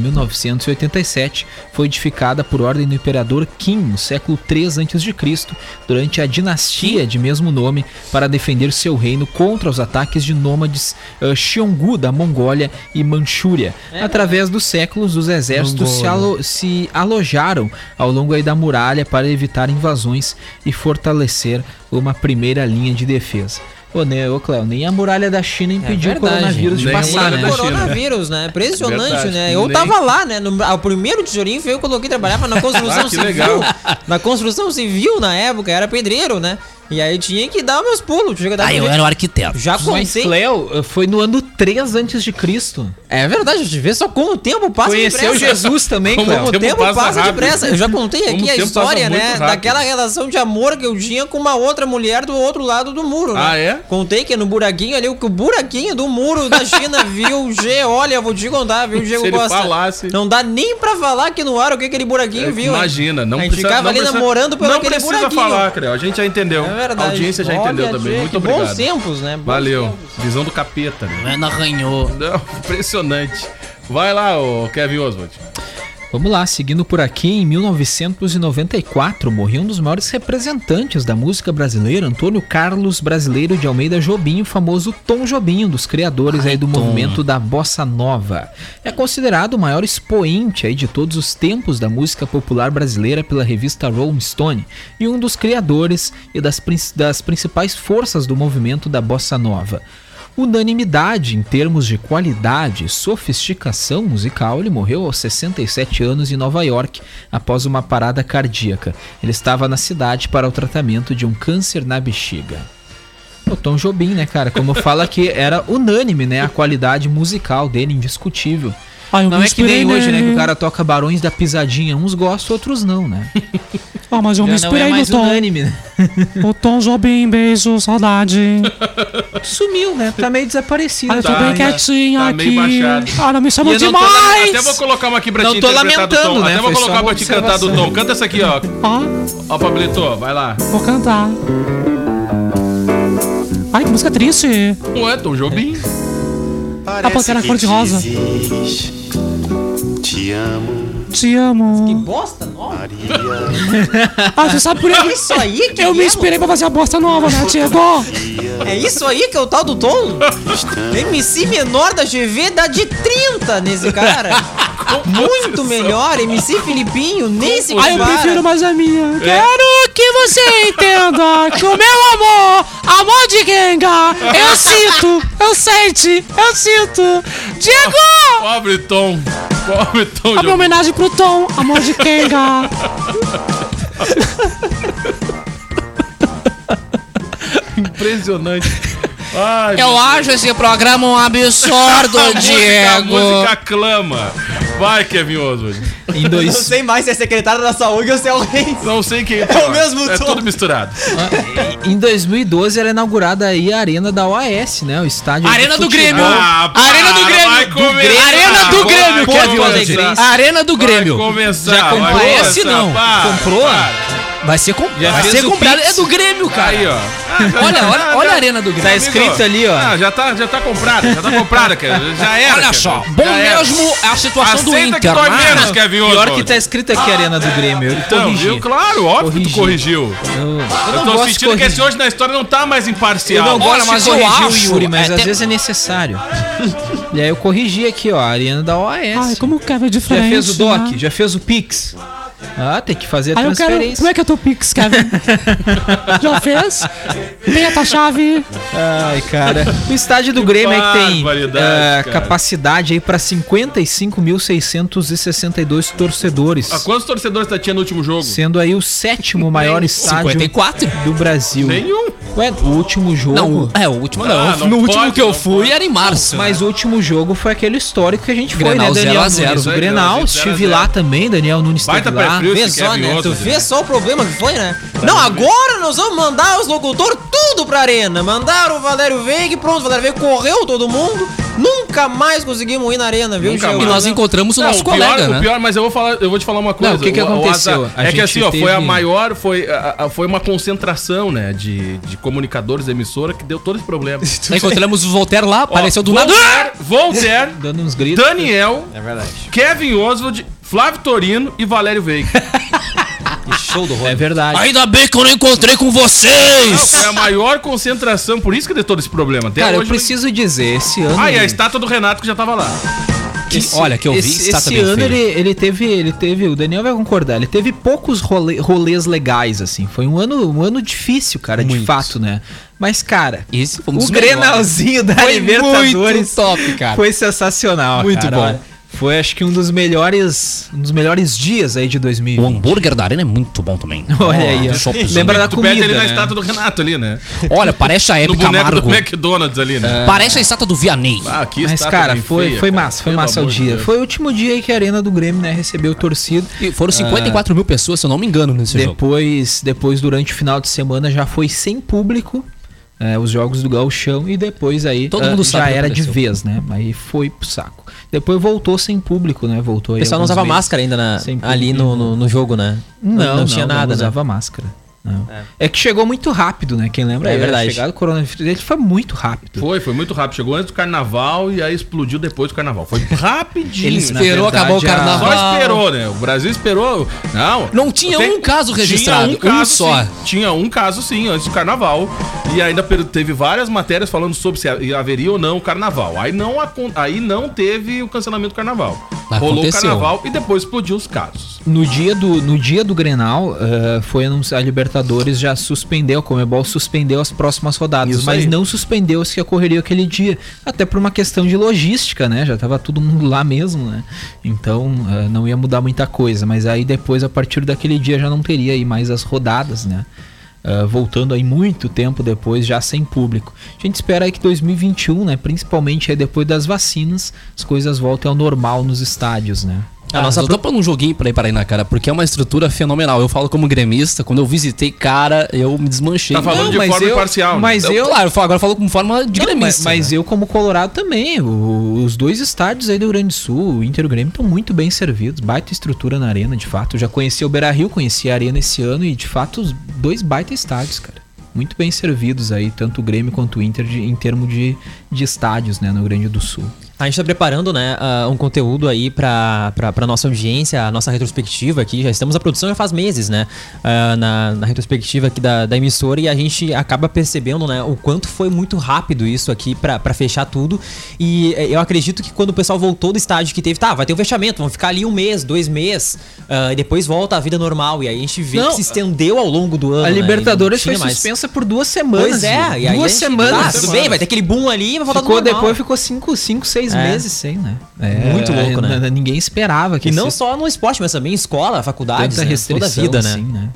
Speaker 4: 1987, foi edificada por ordem do imperador Qin no século 3 a.C., durante a dinastia de mesmo nome, para defender seu reino contra os ataques de nômades eh, Xiongnu da Mongólia e Manchúria.
Speaker 2: É.
Speaker 4: Através dos séculos, os exércitos se, alo- se alojaram ao longo aí da muralha para evitar invasões e fortalecer uma primeira linha de defesa. Ô, né, ô Cléo, nem a muralha da China impediu o
Speaker 1: verdade.
Speaker 4: coronavírus
Speaker 2: É
Speaker 4: de
Speaker 2: Nem a
Speaker 4: passar,
Speaker 2: muralha
Speaker 4: né?
Speaker 2: da China.
Speaker 1: Coronavírus, né? Impressionante,
Speaker 2: Verdade.
Speaker 1: né? Eu
Speaker 2: Nem-
Speaker 1: tava lá, né? No, ao primeiro tijolinho veio, eu coloquei trabalhar na construção Tá
Speaker 2: Ah, que
Speaker 1: civil.
Speaker 2: legal.
Speaker 1: Na construção civil, na época, era pedreiro, né? E aí tinha que dar meus pulos. Tinha que
Speaker 3: Ah,
Speaker 1: dar
Speaker 7: Aí eu
Speaker 1: jeito.
Speaker 7: era o arquiteto.
Speaker 1: Já
Speaker 4: Mas
Speaker 1: contei.
Speaker 4: Cleo eh, foi no ano 3 antes de Cristo.
Speaker 1: É verdade, a gente vê só como o tempo passa
Speaker 4: Conheceu
Speaker 1: depressa.
Speaker 4: Jesus também,
Speaker 2: Como
Speaker 4: Cleo.
Speaker 1: Como o tempo passa,
Speaker 2: rápido.
Speaker 1: depressa. Eu já
Speaker 4: é
Speaker 1: contei
Speaker 2: Como
Speaker 1: aqui
Speaker 2: o
Speaker 1: a
Speaker 2: tempo passa
Speaker 1: história,
Speaker 2: muito
Speaker 1: né?
Speaker 2: rápido.
Speaker 1: Daquela relação de amor que eu tinha com uma outra mulher do outro lado do muro, né?
Speaker 2: Ah, é?
Speaker 1: Contei que no buraquinho ali, o que o buraquinho do muro da China viu o G. Olha, eu vou te contar, viu, Diego
Speaker 2: Se ele
Speaker 1: Costa?
Speaker 2: falasse.
Speaker 1: Não dá nem pra falar aqui no ar o que aquele buraquinho
Speaker 2: É,
Speaker 1: viu, hein?
Speaker 2: Imagina, não
Speaker 1: A gente
Speaker 2: precisa.
Speaker 1: ficava
Speaker 2: não
Speaker 1: ali
Speaker 2: precisa-
Speaker 1: namorando pelo
Speaker 2: Não
Speaker 1: aquele
Speaker 2: precisa
Speaker 1: buraquinho.
Speaker 2: falar, Creu. A gente já entendeu.
Speaker 1: É verdade.
Speaker 2: A audiência já
Speaker 1: Olha,
Speaker 2: entendeu também.
Speaker 1: Diego,
Speaker 2: Muito
Speaker 1: que
Speaker 2: obrigado.
Speaker 1: Bons tempos, né? Bons
Speaker 2: Valeu.
Speaker 1: tempos.
Speaker 2: Visão do capeta, né?
Speaker 7: Ana arranhou.
Speaker 2: Não, impressionante. Vai lá, ô Kevin Oswald.
Speaker 4: Vamos lá, seguindo por aqui, em 1994 morreu um dos maiores representantes da música brasileira, Antônio Carlos Brasileiro de Almeida Jobim, o famoso Tom Jobim, um dos criadores aí do movimento da bossa nova. É considerado o maior expoente aí de todos os tempos da música popular brasileira pela revista Rolling Stone e um dos criadores e das, princ- das principais forças do movimento da bossa nova. Unanimidade em termos de qualidade e sofisticação musical, ele morreu aos 67 anos em Nova York após uma parada cardíaca. Ele estava na cidade para o tratamento de um câncer na bexiga. O Tom Jobim, né, cara? Como fala que era unânime, né? A qualidade musical dele, indiscutível.
Speaker 7: Ai, eu
Speaker 4: Não
Speaker 7: me
Speaker 4: é que nem
Speaker 7: inspirei
Speaker 4: hoje, né? Que
Speaker 7: nele.
Speaker 4: o cara toca Barões da Pisadinha. Uns gostam, outros não, né?
Speaker 7: Ah, mas eu me
Speaker 4: Já não é
Speaker 7: inspirei no
Speaker 4: mais
Speaker 7: Tom.
Speaker 4: unânime, né?
Speaker 7: O Tom Jobim, beijo, saudade.
Speaker 4: Sumiu, né? Tá meio desaparecido.
Speaker 7: Ah, eu tô
Speaker 2: Tá,
Speaker 7: bem
Speaker 2: tá-
Speaker 7: quietinho
Speaker 2: tá meio
Speaker 7: aqui.
Speaker 2: baixado.
Speaker 7: Ah, não me
Speaker 4: E
Speaker 7: chamam
Speaker 4: eu não tô-
Speaker 7: demais!
Speaker 2: Até vou colocar uma aqui pra
Speaker 4: Não
Speaker 2: te
Speaker 4: tô
Speaker 2: interpretar do
Speaker 4: lamentando,
Speaker 2: Tom.
Speaker 4: né?
Speaker 2: Até vou
Speaker 4: Foi só
Speaker 2: colocar
Speaker 4: uma
Speaker 2: pra te cantar do
Speaker 4: observação.
Speaker 2: Tom. Canta essa aqui, ó.
Speaker 7: Ó,
Speaker 2: Ó, Pablito, vai lá.
Speaker 7: vou cantar. Ai, que música triste.
Speaker 2: Não é Tom Jobim?
Speaker 7: A pantera cor-de-rosa.
Speaker 8: Te amo,
Speaker 7: Te amo.
Speaker 1: Bosta nova.
Speaker 8: Maria.
Speaker 7: Ah, você sabe por
Speaker 1: É
Speaker 7: isso?
Speaker 1: isso aí que
Speaker 7: Eu me
Speaker 1: viemos?
Speaker 7: inspirei pra fazer a bosta nova, né, Diego?
Speaker 1: É isso aí que é o tal do Tom? MC menor da GV dá de 30 nesse cara. Muito melhor, MC Filipinho, nem
Speaker 5: assim?
Speaker 1: se
Speaker 7: Ah, eu prefiro mais a minha. Quero que você entenda que o meu amor, amor de Gengar, eu sinto, eu sente, eu sinto. Diego!
Speaker 2: Pobre Tom. Pobre Tom
Speaker 7: Abre uma
Speaker 2: Jobim.
Speaker 7: homenagem pro Tom, amor de Kenga.
Speaker 2: Impressionante. Ai,
Speaker 3: Eu acho esse programa um absurdo,
Speaker 2: meu- a música, a
Speaker 3: Diego.
Speaker 2: música clama. Vai, Kevin Oswald.
Speaker 4: Em
Speaker 1: Eu não
Speaker 4: dois,
Speaker 1: sei mais se é secretário da saúde ou se é o rei.
Speaker 2: Não sei quem é. o
Speaker 1: mesmo
Speaker 2: É
Speaker 1: Tom.
Speaker 2: tudo misturado.
Speaker 3: Ah,
Speaker 4: Em 2012
Speaker 3: é
Speaker 4: era inaugurada aí a arena da OAS, né? O estádio
Speaker 3: Arena do Grêmio.
Speaker 2: Ah,
Speaker 3: Arena do
Speaker 2: para, vai
Speaker 3: Grêmio. Do
Speaker 2: começar,
Speaker 3: Grêmio. Arena do
Speaker 2: vai
Speaker 3: Grêmio, Kevin
Speaker 2: começar.
Speaker 3: Oswald. Arena do Ah, Grêmio.
Speaker 2: Vai começar.
Speaker 3: Já comprou
Speaker 2: vai
Speaker 3: esse,
Speaker 2: começar,
Speaker 3: não?
Speaker 2: para,
Speaker 3: Comprou?
Speaker 2: para.
Speaker 3: Vai ser, comp...
Speaker 2: Já
Speaker 3: Vai
Speaker 2: fez
Speaker 3: ser
Speaker 2: o
Speaker 3: comprado.
Speaker 2: Pix.
Speaker 3: É do Grêmio, cara.
Speaker 2: Aí, ó. Ah, já-
Speaker 3: Olha, olha,
Speaker 2: já-
Speaker 3: olha a Arena do Grêmio.
Speaker 4: Tá escrito ali, ó.
Speaker 2: Ah, já tá, já tá comprada, já tá comprada, cara. Já era.
Speaker 3: Olha
Speaker 2: cara.
Speaker 3: só.
Speaker 2: Já
Speaker 3: Bom
Speaker 2: era.
Speaker 3: mesmo é a situação do
Speaker 2: Aceita que
Speaker 3: Inter.
Speaker 2: dói
Speaker 3: mas-
Speaker 2: menos, Kevin
Speaker 4: Pior que
Speaker 2: Oswald.
Speaker 4: tá escrito aqui a arena do Grêmio. Eu
Speaker 2: Então,
Speaker 4: corrigi.
Speaker 2: viu? Claro, óbvio que tu corrigiu.
Speaker 4: Eu, eu
Speaker 2: Eu
Speaker 4: não
Speaker 2: tô
Speaker 4: gosto de
Speaker 2: sentindo que é
Speaker 4: corrigir.
Speaker 2: esse hoje na história não tá mais
Speaker 4: Eu
Speaker 2: imparcial.
Speaker 4: não
Speaker 3: Olha,
Speaker 4: gosto
Speaker 3: mas
Speaker 4: de
Speaker 3: eu
Speaker 4: corrigir o
Speaker 3: acho-
Speaker 4: Yuri, mas
Speaker 3: é,
Speaker 4: às
Speaker 3: tem-
Speaker 4: vezes é necessário. e aí eu corrigi aqui, ó, a arena da OAS.
Speaker 7: Ai, como o Kevin é de
Speaker 4: Já
Speaker 7: frente.
Speaker 4: fez o DOC,
Speaker 7: né?
Speaker 4: já fez o PIX. Ah, tem que fazer a
Speaker 7: Aí eu quero.
Speaker 4: transferência.
Speaker 7: Como é que é teu Pix, Kevin? Já fez? Tem a tua chave.
Speaker 4: Ai, cara. O estádio do Grêmio é que tem
Speaker 2: barbaridade,
Speaker 4: ah,
Speaker 2: cara.
Speaker 4: capacidade aí pra 55.662 torcedores.
Speaker 2: Ah, quantos torcedores tá tinha no último jogo?
Speaker 4: Sendo aí o sétimo maior estádio
Speaker 3: 54?
Speaker 4: do Brasil.
Speaker 2: Nenhum.
Speaker 4: Ué, o último jogo.
Speaker 3: Não, é, o último não.
Speaker 2: Ah, não
Speaker 3: no último
Speaker 2: pode,
Speaker 3: que eu
Speaker 2: não
Speaker 3: fui
Speaker 2: pode.
Speaker 3: era em março.
Speaker 4: Mas o último jogo foi aquele histórico que a gente
Speaker 3: Grenal
Speaker 4: foi, né,
Speaker 3: 0
Speaker 4: Daniel
Speaker 3: a 0.
Speaker 4: Nunes? O
Speaker 2: Isso aí,
Speaker 4: Grenal,
Speaker 2: Grenal, 0
Speaker 4: estive
Speaker 2: a 0.
Speaker 4: lá também, Daniel Nunes
Speaker 2: Baita
Speaker 4: esteve
Speaker 2: pé
Speaker 4: lá.
Speaker 2: frio
Speaker 1: Vê
Speaker 2: esse
Speaker 1: só,
Speaker 2: Kevin
Speaker 1: né? Tu
Speaker 2: Oswald.
Speaker 1: vê só o problema que foi, né? Não, agora nós vamos mandar os locutores tudo pra arena. Mandaram o Valério Veiga e pronto, o Valério Veiga correu todo mundo. Nunca mais conseguimos ir na arena, viu?
Speaker 2: Nunca
Speaker 1: Diego?
Speaker 3: E
Speaker 2: mais.
Speaker 3: nós encontramos o
Speaker 2: Não,
Speaker 3: nosso
Speaker 2: o pior,
Speaker 3: colega,
Speaker 2: o
Speaker 3: né?
Speaker 2: pior, mas eu vou falar, eu vou te falar uma coisa.
Speaker 4: o que que aconteceu?
Speaker 2: azar-
Speaker 4: A
Speaker 2: é que
Speaker 4: gente
Speaker 2: assim, ó, foi a
Speaker 4: teve-
Speaker 2: maior, foi, a- a- foi uma concentração, né, de, de comunicadores da emissora que deu todo esse problema.
Speaker 3: Nós encontramos o Voltaire lá, apareceu do nada.
Speaker 2: Voltaire, Voltaire,
Speaker 4: Dando uns gritos. É
Speaker 2: Daniel, Kevin Oswald, Flávio Torino e Valério Veiga.
Speaker 4: É verdade.
Speaker 7: Ainda bem que eu não encontrei
Speaker 3: É
Speaker 7: com vocês!
Speaker 2: Não, foi a maior concentração, por isso que deu todo esse problema. Até
Speaker 4: Cara, eu
Speaker 2: hoje-
Speaker 4: preciso um dizer, esse ano.
Speaker 2: Ah, e a estátua do Renato que já tava lá.
Speaker 3: Que- olha, que eu vi
Speaker 4: esse,
Speaker 3: estátua
Speaker 4: esse
Speaker 3: bem
Speaker 4: ano
Speaker 3: feia.
Speaker 4: ele, ele teve, ele teve, o Daniel vai concordar, ele teve poucos role- rolês legais, assim. Foi um ano, um ano difícil, cara, de fato, né? Mas, cara,
Speaker 3: Esse foi um
Speaker 4: o
Speaker 3: dos melhores.
Speaker 4: Grenalzinho da
Speaker 3: Foi
Speaker 4: Libertadores
Speaker 3: muito top, cara.
Speaker 4: foi sensacional,
Speaker 3: Muito
Speaker 4: cara,
Speaker 3: bom.
Speaker 4: olha. Foi acho que um dos melhores, um dos melhores dias aí de
Speaker 3: O
Speaker 4: 2020.
Speaker 3: hambúrguer da arena é muito bom também.
Speaker 4: Olha aí, ó.
Speaker 3: Nossa, shopzão.
Speaker 4: Lembra da
Speaker 2: Tu pede
Speaker 4: comida,
Speaker 2: ali na
Speaker 4: né?
Speaker 2: estátua do Renato ali, né?
Speaker 3: Olha, parece a
Speaker 2: No
Speaker 3: Hebe
Speaker 2: boneco
Speaker 3: Camargo.
Speaker 2: do McDonald's ali, né?
Speaker 3: Parece a estátua do tá Vianney.
Speaker 2: Ah, que
Speaker 4: É. Mas,
Speaker 2: estátua
Speaker 4: cara,
Speaker 2: bem
Speaker 4: foi,
Speaker 2: feia,
Speaker 4: foi
Speaker 2: cara.
Speaker 4: massa, foi
Speaker 2: Pelo
Speaker 4: massa o
Speaker 2: amor de
Speaker 4: dia.
Speaker 2: Deus.
Speaker 4: Foi o último dia aí que a Arena do Grêmio, né, recebeu torcida.
Speaker 3: E foram 54 mil pessoas, se eu não me engano, nesse jogo.
Speaker 4: Depois, depois, durante o final de semana, já foi sem público é, os jogos do Gauchão e depois aí
Speaker 3: Todo
Speaker 4: ah,
Speaker 3: mundo
Speaker 4: já
Speaker 3: sabe o que
Speaker 4: era de
Speaker 3: aconteceu.
Speaker 4: vez, né? Aí foi pro saco. Depois voltou sem público, né? Voltou
Speaker 1: O
Speaker 4: aí
Speaker 1: pessoal não
Speaker 4: alguns
Speaker 1: usava
Speaker 4: meses.
Speaker 1: máscara ainda na-
Speaker 4: Sem
Speaker 1: ali
Speaker 4: público.
Speaker 1: no, no, no jogo, né?
Speaker 4: Não, não,
Speaker 1: tinha nada, né?
Speaker 4: usava máscara. não. É. que chegou muito rápido, né? Quem lembra
Speaker 1: É
Speaker 4: aí,
Speaker 1: verdade.
Speaker 4: A chegada do coronavírus ele foi muito rápido.
Speaker 2: Foi, foi muito rápido. Chegou antes do carnaval e aí explodiu depois do carnaval. Foi rapidinho.
Speaker 4: Ele
Speaker 2: né?
Speaker 3: Esperou
Speaker 4: verdade,
Speaker 3: acabar o
Speaker 4: a-
Speaker 2: Só
Speaker 3: carnaval.
Speaker 2: esperou, né? O Brasil esperou. Não.
Speaker 3: Não tinha um caso
Speaker 2: Tinha
Speaker 3: registrado, um só.
Speaker 2: sim. Tinha um caso sim, antes do carnaval. E ainda per- teve várias matérias falando sobre se ha- haveria ou não o carnaval. Aí não, acon- aí não teve o cancelamento do carnaval.
Speaker 3: Mas
Speaker 2: Rolou o
Speaker 3: aconteceu.
Speaker 2: carnaval e depois explodiu os casos.
Speaker 4: No dia do, no dia do Grenal, eh, foi anunciado, a Libertadores já suspendeu, a Comebol suspendeu as próximas rodadas,
Speaker 2: Isso
Speaker 4: mas
Speaker 2: aí.
Speaker 4: não suspendeu as que ocorreriam aquele dia, até por uma questão de logística, né? Já tava todo mundo lá mesmo, né? Então eh, não ia mudar muita coisa, mas aí depois, a partir daquele dia, já não teria aí mais as rodadas, né? Eh, voltando aí muito tempo depois, já sem público. A gente espera aí que 2021, né? Principalmente aí depois das vacinas, as coisas voltem ao normal nos estádios, né?
Speaker 3: A nossa eu tô pondo um joguinho pra ir para aí na cara, porque é uma estrutura fenomenal. Eu falo como gremista, quando eu visitei, cara, eu me desmanchei.
Speaker 2: Tá falando
Speaker 4: Não,
Speaker 2: de
Speaker 4: mas
Speaker 2: forma
Speaker 4: eu-
Speaker 2: imparcial. né?
Speaker 4: mas
Speaker 3: Então,
Speaker 4: eu-
Speaker 3: Claro, eu falo- agora eu falo como forma de
Speaker 4: Não,
Speaker 3: gremista. né?
Speaker 4: mas,
Speaker 1: né?
Speaker 4: mas eu, como colorado, também. O- os dois estádios aí do Rio Grande do Sul, o Inter e o Grêmio, estão muito bem servidos. Baita estrutura na arena, de fato. Eu já conheci o Beira Rio, conheci a arena esse ano e, de fato, os dois baita estádios, cara. Muito bem servidos aí, tanto o Grêmio quanto o Inter, de- em termos de, de estádios, né, no Rio Grande do Sul.
Speaker 1: A gente tá preparando, né, ah, um conteúdo aí pra, pra, pra nossa audiência, a nossa retrospectiva aqui. Já estamos, a produção já faz meses, né, ah, na, na retrospectiva aqui da, da emissora e a gente acaba percebendo, né, o quanto foi muito rápido isso aqui pra, pra fechar tudo. E eh, eu acredito que quando o pessoal voltou do estádio que teve, tá, vai ter um fechamento, vão ficar ali um mês, dois meses, ah, e depois volta a vida normal. E aí a gente vê
Speaker 4: Não,
Speaker 1: que se estendeu ao longo do ano.
Speaker 4: a
Speaker 1: né, e não
Speaker 4: Libertadores
Speaker 1: tinha
Speaker 4: foi
Speaker 1: mais.
Speaker 4: suspensa por duas semanas.
Speaker 1: Pois é,
Speaker 4: viu?
Speaker 1: e aí
Speaker 4: duas
Speaker 1: a gente- Ah,
Speaker 4: semanas.
Speaker 1: tudo bem, vai ter aquele boom ali e vai voltar
Speaker 4: Ficou
Speaker 1: tudo normal.
Speaker 4: depois, ficou cinco, cinco, seis
Speaker 1: É.
Speaker 4: meses sem, né?
Speaker 1: Muito louco, né?
Speaker 4: n- Ninguém esperava que
Speaker 1: E não
Speaker 4: isso
Speaker 1: só no esporte, mas também em escola, faculdade, né?
Speaker 4: tanta
Speaker 1: toda a
Speaker 4: restrição
Speaker 1: vida, né?
Speaker 4: assim, né?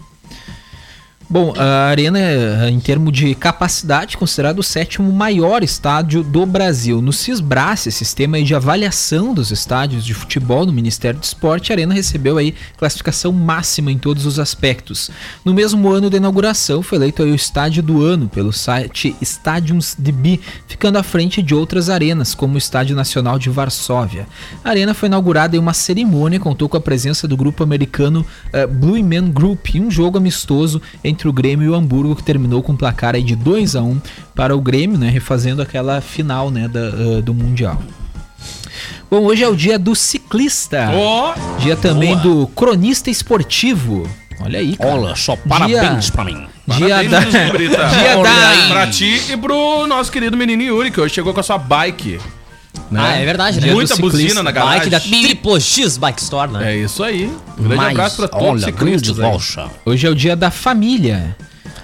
Speaker 4: Bom, a Arena, eh, em termos de capacidade, considerado o sétimo maior estádio do Brasil. No CISBRAS, esse sistema aí de avaliação dos estádios de futebol do Ministério do Esporte, a Arena recebeu aí classificação máxima em todos os aspectos. No mesmo ano da inauguração, foi eleito aí o estádio do ano pelo site Stadiums DB, um ficando à frente de outras arenas, como o Estádio Nacional de Varsóvia. A arena foi inaugurada em uma cerimônia e contou com a presença do grupo americano eh, Blue Man Group em um jogo amistoso entre o Grêmio e o Hamburgo, que terminou com um placar aí de 2 a 1 para o Grêmio, né, refazendo aquela final né, da, eh, do Mundial. Bom, hoje é o dia do ciclista.
Speaker 2: Ó,
Speaker 4: Dia também do cronista esportivo. Olha aí, cara.
Speaker 3: Olha só, parabéns pra mim.
Speaker 4: Dia
Speaker 2: parabéns,
Speaker 4: da...
Speaker 2: Luiz Brita.
Speaker 4: Dia
Speaker 3: Olha
Speaker 4: da...
Speaker 3: aí.
Speaker 2: Pra ti e pro nosso querido menino Yuri, que hoje chegou com a sua bike. né?
Speaker 1: Ah, é verdade, né?
Speaker 2: Muita
Speaker 1: Do
Speaker 2: buzina na garagem.
Speaker 1: Bike da Triple X Bike Store, né?
Speaker 2: É isso aí. Um grande
Speaker 3: Mas,
Speaker 2: abraço pra todos os
Speaker 3: olha, grande
Speaker 2: ciclistas. aí.
Speaker 3: rocha.
Speaker 4: Hoje é o dia da família.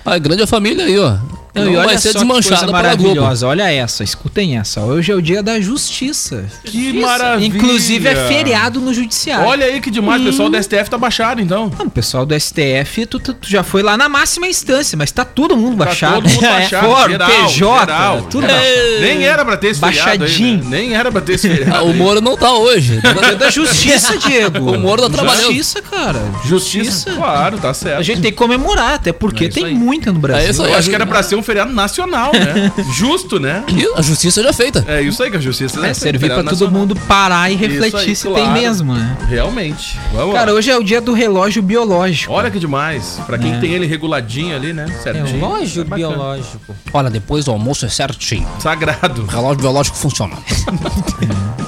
Speaker 3: A grande família aí, ó.
Speaker 4: Não,
Speaker 3: Não
Speaker 4: e olha
Speaker 3: vai ser
Speaker 4: só que coisa
Speaker 3: desmanchada pela Globo.
Speaker 4: maravilhosa. Olha essa, escutem essa. Hoje é o dia da justiça.
Speaker 2: Que maravilha.
Speaker 4: Inclusive é feriado no judiciário.
Speaker 2: É, Olha aí que demais, o pessoal do STF tá baixado, então.
Speaker 4: Não, o pessoal do STF, tu, tu- tu já foi lá na máxima instância, mas tá todo mundo baixado.
Speaker 2: todo mundo baixado,
Speaker 4: É, Foro,
Speaker 2: geral,
Speaker 4: PJ,
Speaker 2: geral.
Speaker 4: tudo baixado.
Speaker 2: Nem era pra ter esse feriado aí,
Speaker 4: Baixadinho.
Speaker 2: né? Nem era pra ter esse
Speaker 3: Ah,
Speaker 2: feriado.
Speaker 3: o
Speaker 2: aí.
Speaker 3: Moro não tá hoje.
Speaker 4: Da justiça, Diego.
Speaker 3: O Moro tá trabalhando.
Speaker 4: Justiça, cara.
Speaker 2: Justiça. Claro, tá certo.
Speaker 4: A gente tem que comemorar, até porque
Speaker 2: É isso
Speaker 4: tem
Speaker 2: aí.
Speaker 4: muita no Brasil.
Speaker 3: É isso aí.
Speaker 2: Eu acho que era pra ser um feriado nacional, né? Justo, né?
Speaker 3: E a justiça já feita.
Speaker 2: É isso aí que a justiça
Speaker 4: É,
Speaker 2: deve ser,
Speaker 4: servir pra
Speaker 2: feriado
Speaker 4: todo
Speaker 2: nacional.
Speaker 4: mundo parar e refletir
Speaker 2: aí,
Speaker 4: se
Speaker 2: claro.
Speaker 4: tem mesmo, né?
Speaker 2: Realmente. Vamos
Speaker 4: Cara,
Speaker 2: lá.
Speaker 4: hoje é o dia do relógio biológico.
Speaker 2: Olha que demais. Pra quem
Speaker 4: É.
Speaker 2: tem ele reguladinho ali, né?
Speaker 9: É um
Speaker 2: Certinho.
Speaker 1: Relógio
Speaker 2: bacana.
Speaker 1: biológico.
Speaker 3: Olha, depois do almoço é certinho.
Speaker 2: Sagrado.
Speaker 3: O relógio biológico funciona.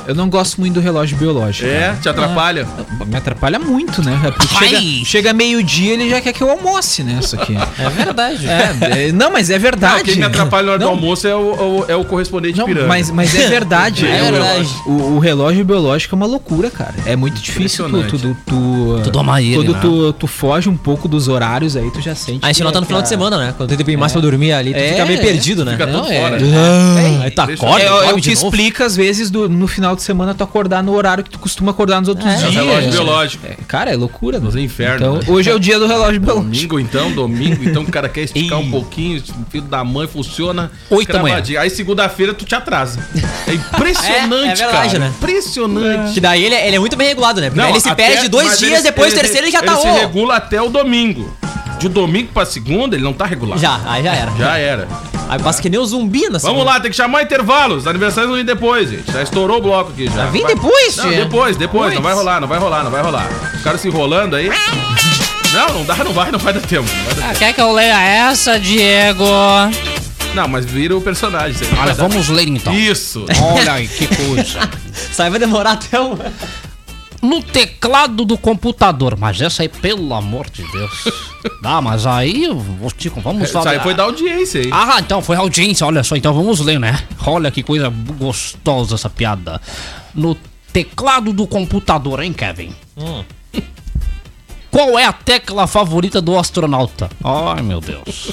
Speaker 4: Eu não gosto muito do relógio biológico.
Speaker 2: É, te atrapalha.
Speaker 4: Me atrapalha muito, né?
Speaker 9: É
Speaker 4: Porque
Speaker 3: Ai.
Speaker 4: Chega, chega meio-dia, ele já quer que eu almoce, né? Isso aqui.
Speaker 1: É verdade.
Speaker 4: É, é, não, mas é
Speaker 9: verdade.
Speaker 2: Não, quem me atrapalha na hora do
Speaker 9: Não,
Speaker 2: almoço é o, o- é o correspondente
Speaker 9: Não,
Speaker 2: pirâmide.
Speaker 9: mas, mas é verdade.
Speaker 4: É verdade.
Speaker 9: O, o relógio biológico é uma loucura, cara. É muito difícil tu, tu, tu, tu,
Speaker 3: Tu domar ele,
Speaker 9: Quando
Speaker 3: né?
Speaker 9: tu, tu foge um pouco dos horários aí, tu já sente.
Speaker 4: A gente
Speaker 9: que
Speaker 4: não tá
Speaker 9: é- que
Speaker 4: no final
Speaker 9: a-
Speaker 4: de semana, né? Quando tem tempo mais pra dormir ali, tu
Speaker 9: É,
Speaker 4: fica meio
Speaker 9: é.
Speaker 4: perdido, né?
Speaker 2: Fica
Speaker 9: Não,
Speaker 2: tudo
Speaker 9: é-
Speaker 2: fora.
Speaker 3: Aí tá,
Speaker 2: Deixa-
Speaker 3: acorda,
Speaker 9: É, é
Speaker 3: dorme
Speaker 9: o
Speaker 3: de
Speaker 9: que
Speaker 3: novo.
Speaker 9: explica, às vezes, do- no final de semana, tu acordar no horário que tu costuma acordar nos outros
Speaker 4: É, é o
Speaker 2: É o
Speaker 9: dias.
Speaker 2: relógio biológico.
Speaker 9: É, cara, é loucura.
Speaker 2: Nos
Speaker 9: mano.
Speaker 2: infernos,
Speaker 9: Então,
Speaker 2: né?
Speaker 9: hoje é o dia do relógio biológico.
Speaker 2: Domingo então, domingo então, o cara quer esticar um pouquinho, filho da mãe funciona.
Speaker 3: Oito da manhã.
Speaker 2: cravadinho. Aí segunda-feira tu te atrasa. É impressionante,
Speaker 4: É, é verdade,
Speaker 2: cara.
Speaker 4: né?
Speaker 2: Impressionante.
Speaker 4: Que daí ele, é- ele é muito bem regulado, né? Porque daí ele se
Speaker 2: até-
Speaker 4: perde dois
Speaker 2: mas
Speaker 4: dias, depois
Speaker 2: ele-
Speaker 4: terceiro ele já
Speaker 2: ele
Speaker 4: tá
Speaker 2: se
Speaker 4: ó,
Speaker 2: regula até o domingo. De domingo pra segunda ele não tá regulado.
Speaker 4: Já, aí já era.
Speaker 2: Já era.
Speaker 4: Aí passa que nem o zumbi na
Speaker 2: Vamos
Speaker 4: segunda.
Speaker 2: lá, tem que chamar intervalos. Aniversário não vem depois, gente. Já estourou o bloco aqui já.
Speaker 4: vem
Speaker 2: Vai-
Speaker 4: depois,
Speaker 2: Não,
Speaker 4: tia?
Speaker 2: depois, depois. Não vai rolar, não vai rolar, não vai rolar. O cara se enrolando aí. Não, não dá, não vai, não vai dar tempo. Não, vai dar
Speaker 5: Ah, Quer que eu leia essa, Diego?
Speaker 2: tempo. Não, mas vira o personagem. isso aí não
Speaker 3: Olha,
Speaker 2: vai dar
Speaker 3: vamos ler então.
Speaker 2: Isso.
Speaker 3: Olha aí, que coisa.
Speaker 4: Isso aí vai demorar até um o.
Speaker 3: no teclado do computador. Mas essa aí, pelo amor de Deus. Ah, mas aí, eu vou te- vamos
Speaker 2: Isso aí foi da audiência aí.
Speaker 3: Ah, então, foi audiência, olha só, então vamos ler, né? Olha que coisa gostosa essa piada. No teclado do computador, hein, Kevin?
Speaker 2: Hum.
Speaker 3: Qual é a tecla favorita do astronauta? Ai, meu Deus.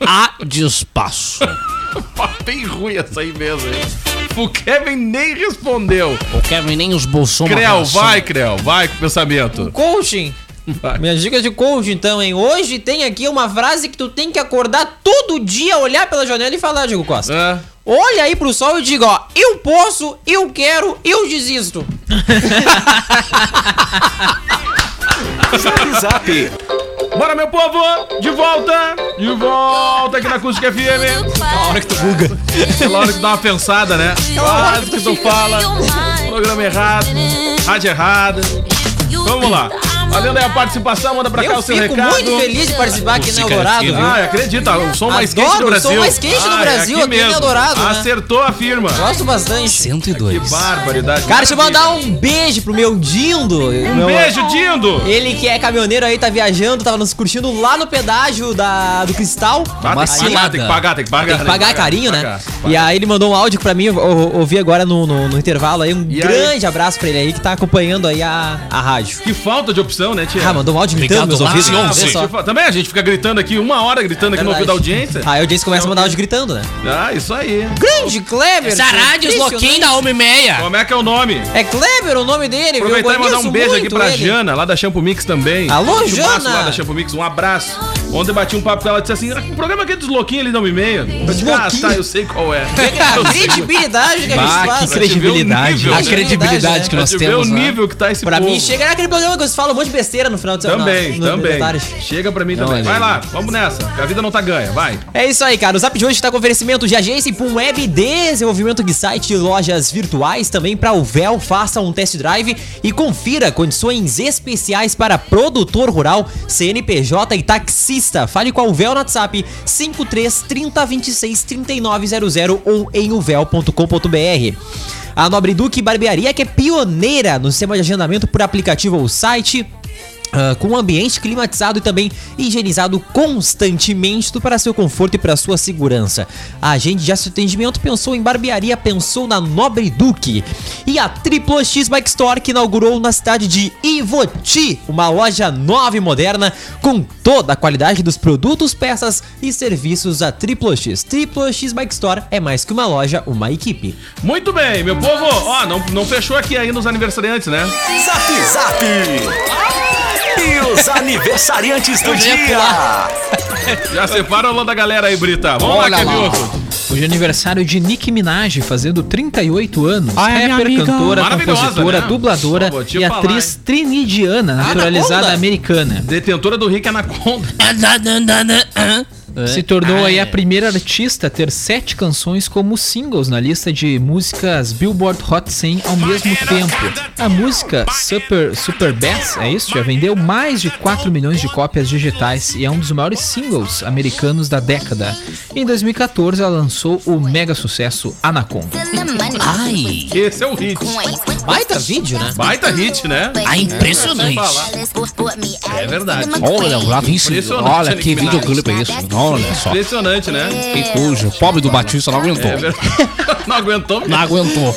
Speaker 3: A de espaço.
Speaker 2: Bem ruim essa aí mesmo, hein? O Kevin nem respondeu.
Speaker 3: O Kevin nem esboçou uma
Speaker 2: Creu,
Speaker 3: reação.
Speaker 2: vai, Creu, vai com o pensamento.
Speaker 4: Coaching.
Speaker 2: Vai.
Speaker 4: Minhas dicas de coaching, então, hein? Hoje tem aqui uma frase que tu tem que acordar todo dia, olhar pela janela e falar, Diego Costa.
Speaker 2: Ah,
Speaker 4: Olha aí pro sol e diga, ó, eu posso, eu quero, eu desisto.
Speaker 6: Zap Zap.
Speaker 2: Bora, meu povo! De volta! De volta aqui na Acústica FM.
Speaker 4: É A hora que tu buga. É
Speaker 2: Aquela hora que dá uma pensada, né? Quase que tu fala. Programa errado, rádio errada. Vamos lá. Valendo aí a participação, manda pra cá
Speaker 4: Eu
Speaker 2: o seu
Speaker 4: fico
Speaker 2: recado.
Speaker 4: muito feliz de participar aqui na Eldorado, viu?
Speaker 2: Ah, acredita, o som mais
Speaker 4: Adoro
Speaker 2: quente do
Speaker 4: o som
Speaker 2: Brasil.
Speaker 4: mais quente do
Speaker 2: Ah, é
Speaker 4: Brasil aqui em Eldorado, né?
Speaker 2: Acertou a firma.
Speaker 4: Gosto bastante.
Speaker 3: 102.
Speaker 2: Que barbaridade.
Speaker 4: Cara, deixa eu mandar um é. beijo pro meu Dindo.
Speaker 2: Um beijo, Dindo!
Speaker 4: Ele que é caminhoneiro aí, tá viajando, tava nos curtindo lá no pedágio da, do Cristal.
Speaker 2: Ah, tem que pagar, tem que pagar, tem que pagar.
Speaker 4: Tem que pagar, é carinho, né?
Speaker 2: pagar,
Speaker 4: E
Speaker 2: pagar.
Speaker 4: aí ele mandou um áudio pra mim, eu, eu- eu ouvi agora no, no- no intervalo aí. Um
Speaker 2: E aí?
Speaker 4: grande abraço pra ele aí que tá acompanhando aí a, a rádio.
Speaker 2: Que falta de opção, né, tia?
Speaker 4: Ah, mandou um áudio gritando
Speaker 3: Obrigado,
Speaker 4: meus ouvidos.
Speaker 3: Lazio,
Speaker 4: né?
Speaker 3: sim.
Speaker 4: Vê só. É
Speaker 2: Que fa- Também a gente fica gritando aqui, uma hora gritando aqui no ouvido da audiência. É
Speaker 4: Aí a audiência começa a mandar áudio gritando, né?
Speaker 2: Ah, isso aí.
Speaker 4: Grande Kleber!
Speaker 3: Essa rádio
Speaker 4: impressionante.
Speaker 3: louquinha da 1 e meia.
Speaker 2: Como é que é o nome?
Speaker 4: É Kleber o nome dele, viu?
Speaker 2: Aproveitar e
Speaker 4: Eu
Speaker 2: mandar um
Speaker 4: conheço
Speaker 2: beijo aqui
Speaker 4: muito
Speaker 2: pra
Speaker 4: ele.
Speaker 2: Jana, lá da Shampoo Mix também.
Speaker 4: Alô,
Speaker 2: Beijo massa
Speaker 4: Jana!
Speaker 2: lá da Shampoo Mix, um abraço. Ontem bati um papo com ela, disse assim, "Ah, o programa aqui é dos louquinhos ali da 1 e meia. Eu disse, ah,
Speaker 4: Louquinho.
Speaker 2: tá, eu sei qual é.
Speaker 4: A credibilidade que é a
Speaker 9: Bah,
Speaker 4: gente
Speaker 9: que
Speaker 4: faz.
Speaker 2: Pra te ver o
Speaker 9: credibilidade.
Speaker 2: nível,
Speaker 3: A
Speaker 2: né?
Speaker 3: credibilidade
Speaker 4: né?
Speaker 3: que
Speaker 2: Pra
Speaker 3: nós
Speaker 2: te ver o
Speaker 3: temos, né?
Speaker 2: nível que tá esse
Speaker 4: Pra
Speaker 2: povo.
Speaker 4: mim, chega naquele programa que eles falam um monte de besteira no final de semana.
Speaker 2: Também,
Speaker 4: no- no-
Speaker 2: também.
Speaker 4: de tarde.
Speaker 2: Chega pra mim também. Vai lá, vamos nessa. A vida não tá ganha, vai.
Speaker 4: É isso aí, cara. O Zap de hoje tá com oferecimento de agência Pum Web, desenvolvimento de site e lojas virtuais. Também para o véu, faça um test drive e confira condições especiais para produtor rural, CNPJ e taxista. Fale com o véu no WhatsApp 53 30 26 3900 ou em uvel.com.br. A Nobre Duque Barbearia, que é pioneira no sistema de agendamento por aplicativo ou site. ah, com ambiente climatizado e também higienizado constantemente tudo para seu conforto e para sua segurança. A agente de atendimento pensou em barbearia, pensou na Nobre Duque. E a Triplo X Bike Store que inaugurou na cidade de Ivoti, uma loja nova e moderna com toda a qualidade dos produtos, peças e serviços da Triplo X. Triplo X Bike Store é mais que uma loja, uma equipe.
Speaker 2: Muito bem, meu povo. Ó, não, não fechou aqui ainda os aniversariantes, né?
Speaker 6: Zap Zap. E os aniversariantes do dia.
Speaker 2: Já separa o da galera aí, Brita. Vamos
Speaker 3: Olha
Speaker 2: lá,
Speaker 3: lá.
Speaker 2: Kevioco.
Speaker 9: Hoje é aniversário de Nicki Minaj, fazendo 38 anos.
Speaker 5: Ah, é, minha
Speaker 9: rapper,
Speaker 5: amiga.
Speaker 9: cantora,
Speaker 2: Maravilhosa,
Speaker 9: compositora,
Speaker 2: né?
Speaker 9: dubladora
Speaker 2: Só vou te
Speaker 9: e
Speaker 2: falar,
Speaker 9: atriz trinidiana, naturalizada
Speaker 4: Anaconda.
Speaker 9: americana.
Speaker 2: Detentora do Rick Anaconda.
Speaker 4: É.
Speaker 9: Se tornou aí a primeira artista a ter sete canções como singles na lista de músicas Billboard Hot 100 ao mesmo tempo. A música Super, Super Bass, é isso? Já vendeu mais de 4 milhões de cópias digitais e é um dos maiores singles americanos da década. Em 2014, ela lançou o mega sucesso Anaconda.
Speaker 3: Ai,
Speaker 2: Esse é o hit.
Speaker 4: Baita vídeo, né?
Speaker 2: Baita hit, né?
Speaker 3: é impressionante.
Speaker 2: É verdade.
Speaker 3: Olha, lá vem
Speaker 2: Impressionante,
Speaker 3: Olha que
Speaker 2: Nicki Minaj.
Speaker 3: videoclipe é isso. Olha só.
Speaker 2: Impressionante, né?
Speaker 3: Que cujo. Pobre do Batista não aguentou.
Speaker 2: É verdade. Não aguentou.
Speaker 3: Não aguentou.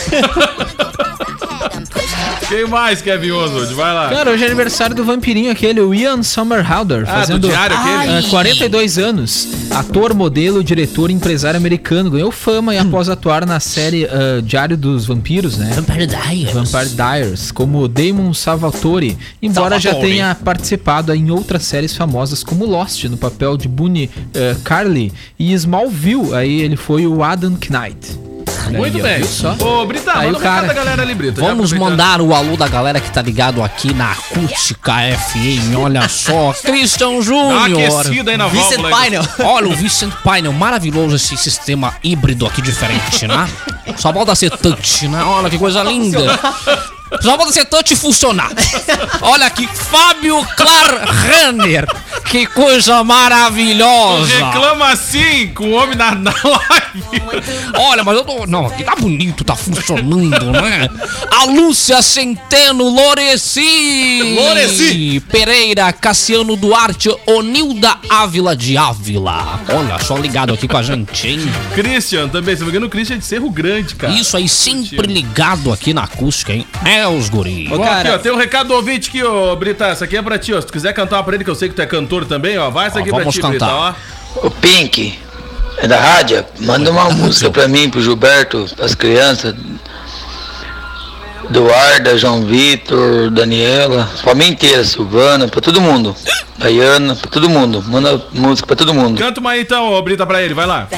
Speaker 2: Quem mais, Kevin Oswald? Vai lá.
Speaker 10: Cara, hoje é aniversário do vampirinho aquele, o Ian Somerhalder,
Speaker 2: Ah, do
Speaker 10: fazendo
Speaker 2: diário aquele?
Speaker 10: ah, 42 anos. Ator, modelo, diretor, empresário americano. Ganhou fama e
Speaker 3: Hum.
Speaker 10: após atuar na série ah, Diário dos Vampiros, né?
Speaker 3: Vampire Diaries.
Speaker 10: Vampire Diaries, como Damon Salvatore, embora já
Speaker 3: Salvatore.
Speaker 10: tenha participado em outras séries famosas como Lost, no papel de Boone eh, Carly, e Smallville, aí ele foi o Adam Knight.
Speaker 2: Muito
Speaker 10: Aí, ó,
Speaker 2: bem.
Speaker 10: viu só?
Speaker 2: Ô, Brita,
Speaker 10: Aí
Speaker 2: manda
Speaker 10: o
Speaker 2: um recado
Speaker 10: cara.
Speaker 2: da galera ali, Brita. Já
Speaker 3: Vamos
Speaker 2: aproveitando.
Speaker 3: mandar o alô da galera que tá ligado aqui na Acústica FM. Olha só, Christian
Speaker 2: Dá uma
Speaker 3: Júnior.
Speaker 2: aquecida aí na
Speaker 4: Vincent
Speaker 2: válvula. aí.
Speaker 4: Painel.
Speaker 3: Olha o Vincent Painel, maravilhoso esse sistema híbrido aqui diferente, né? Só falta ser touch, né? Olha que coisa linda. Só falta ser touch e funcionar. Olha aqui, Fábio Klarrenner. Que coisa maravilhosa.
Speaker 2: Reclama assim com o homem na, na live.
Speaker 3: Olha, mas eu tô. Não, aqui tá bonito, tá funcionando, né? A Lúcia Centeno Loreci!
Speaker 2: Loreci!
Speaker 3: Pereira, Cassiano Duarte, Onilda Ávila de Ávila. Olha, só ligado aqui com a gente, hein?
Speaker 2: Christian também. Se não me engano, o Christian é de Cerro Grande, cara.
Speaker 3: Isso aí, sempre ligado aqui na acústica, hein? É os guri.
Speaker 2: Ó,
Speaker 4: Cara.
Speaker 2: aqui, ó, tem um recado do ouvinte aqui, ô Brita. Essa aqui é pra ti, ó. Se tu quiser cantar uma pra ele, que eu sei que tu é cantor também, ó. Vai essa
Speaker 3: Ó,
Speaker 2: aqui pra
Speaker 3: vamos
Speaker 2: ti,
Speaker 3: cantar.
Speaker 2: Brita,
Speaker 11: O Pink, é da rádio, manda uma música pra mim, pro Gilberto, pras crianças. Eduarda, João Vitor, Daniela, pra mim inteira, Silvana, pra todo mundo. Dayana, pra todo mundo. Manda música pra todo
Speaker 2: ó.
Speaker 11: mundo.
Speaker 2: Canta uma aí então, ô Brita, pra ele. Vai lá.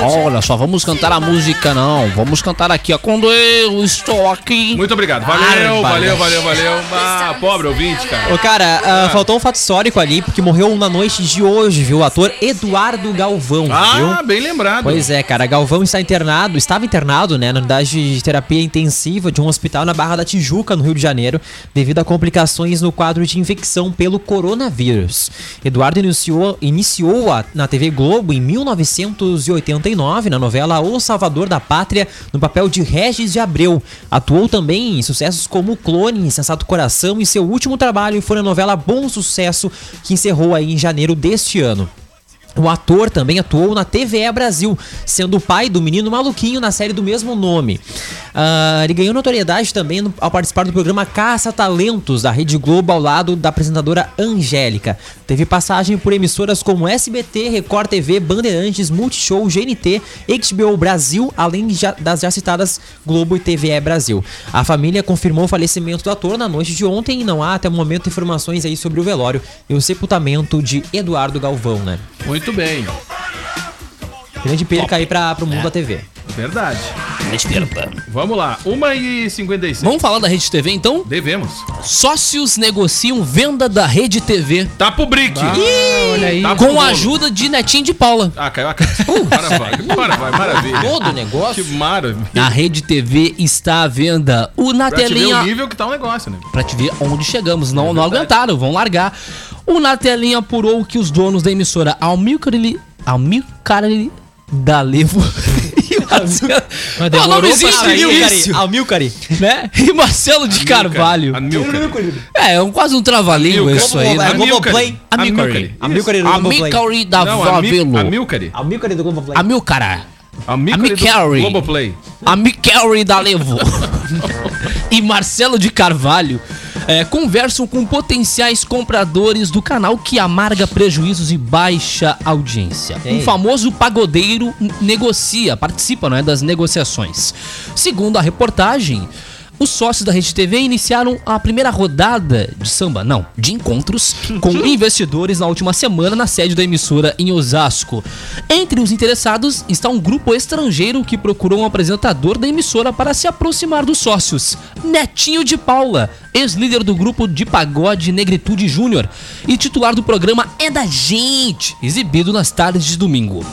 Speaker 3: Olha só, vamos cantar a música, não. Vamos cantar aqui, ó. Quando eu estou aqui.
Speaker 2: Muito obrigado. Valeu, valeu,
Speaker 3: Bárbara.
Speaker 2: valeu, valeu. Ah, pobre ouvinte, cara.
Speaker 4: Ô, cara, ah, faltou um fato histórico ali, porque morreu na noite de hoje, viu? O ator Eduardo Galvão, viu?
Speaker 2: Ah, bem lembrado.
Speaker 4: Pois é, cara. Galvão está internado, estava internado, né, na unidade de terapia intensiva de um hospital na Barra da Tijuca, no Rio de Janeiro, devido a complicações no quadro de infecção pelo coronavírus. Eduardo iniciou, iniciou a, na TV Globo em 1989, na novela O Salvador da Pátria, no papel de Regis de Abreu. Atuou também em sucessos como Clone, Insensato Coração e seu último trabalho foi na novela Bom Sucesso, que encerrou aí em janeiro deste ano. O ator também atuou na TVE Brasil, sendo o pai do menino maluquinho na série do mesmo nome. Ah, ele ganhou notoriedade também no- ao participar do programa Caça Talentos da Rede Globo ao lado da apresentadora Angélica. Teve passagem por emissoras como SBT, Record TV, Bandeirantes, Multishow, GNT, HBO Brasil, além já- das já citadas Globo e TVE Brasil. A família confirmou o falecimento do ator na noite de ontem e não há até o momento informações aí sobre o velório e o sepultamento de Eduardo Galvão, né?
Speaker 2: Muito bem.
Speaker 4: Grande perca aí pra, pro
Speaker 2: É.
Speaker 4: mundo da TV.
Speaker 2: Verdade.
Speaker 3: Desperta.
Speaker 2: Vamos lá. 1 e 56.
Speaker 3: Vamos falar da Rede TV, então?
Speaker 2: Devemos.
Speaker 3: Sócios negociam venda da Rede TV
Speaker 2: Tá pro Brick.
Speaker 10: Olha aí.
Speaker 2: Tá pro
Speaker 3: com
Speaker 2: bolo.
Speaker 3: a ajuda de Netinho de Paula.
Speaker 2: Ah, caiu a cara. Maravilha. Maravilha. É Maravilha.
Speaker 4: Todo negócio.
Speaker 2: Que maravilha.
Speaker 3: Na Rede TV está à venda o Na
Speaker 2: Pra te ver o
Speaker 3: Telinha.
Speaker 2: nível É que tá o negócio, né?
Speaker 3: Pra te ver onde chegamos. Não, não aguentaram, vão largar. O Na Telinha apurou que os donos da emissora Almilcar Li- Almilcar Li- da Levo. e Marcelo-
Speaker 4: Mas
Speaker 3: Ó, nomezinho difícil,
Speaker 4: Almilcari.
Speaker 3: né? E Marcelo de Carvalho.
Speaker 2: A Milka.
Speaker 3: É, é um, quase um trava-língua
Speaker 2: Amilcar.
Speaker 3: isso aí,
Speaker 4: É
Speaker 3: né?
Speaker 4: Globoplay.
Speaker 2: Amilcari.
Speaker 4: Amilcari do Globoplay.
Speaker 3: Amilcar da
Speaker 2: Não, a
Speaker 3: Favelo.
Speaker 2: Milcari.
Speaker 4: Almilcari do Globoplay.
Speaker 3: Amilcar.
Speaker 2: A
Speaker 3: Amilcari.
Speaker 2: Globoplay.
Speaker 3: A Mikelry da Levo e Marcelo de Carvalho eh, conversam com potenciais compradores do canal que amarga prejuízos e baixa audiência.
Speaker 4: Ei.
Speaker 3: Um famoso pagodeiro n- negocia, participa não é, das negociações. Segundo a reportagem, os sócios da Rede TV iniciaram a primeira rodada de samba, não, de encontros com investidores na última semana na sede da emissora em Osasco. Entre os interessados está um grupo estrangeiro que procurou um apresentador da emissora para se aproximar dos sócios. Netinho de Paula, ex-líder do grupo de pagode Negritude Júnior e titular do programa É da Gente, exibido nas tardes de domingo.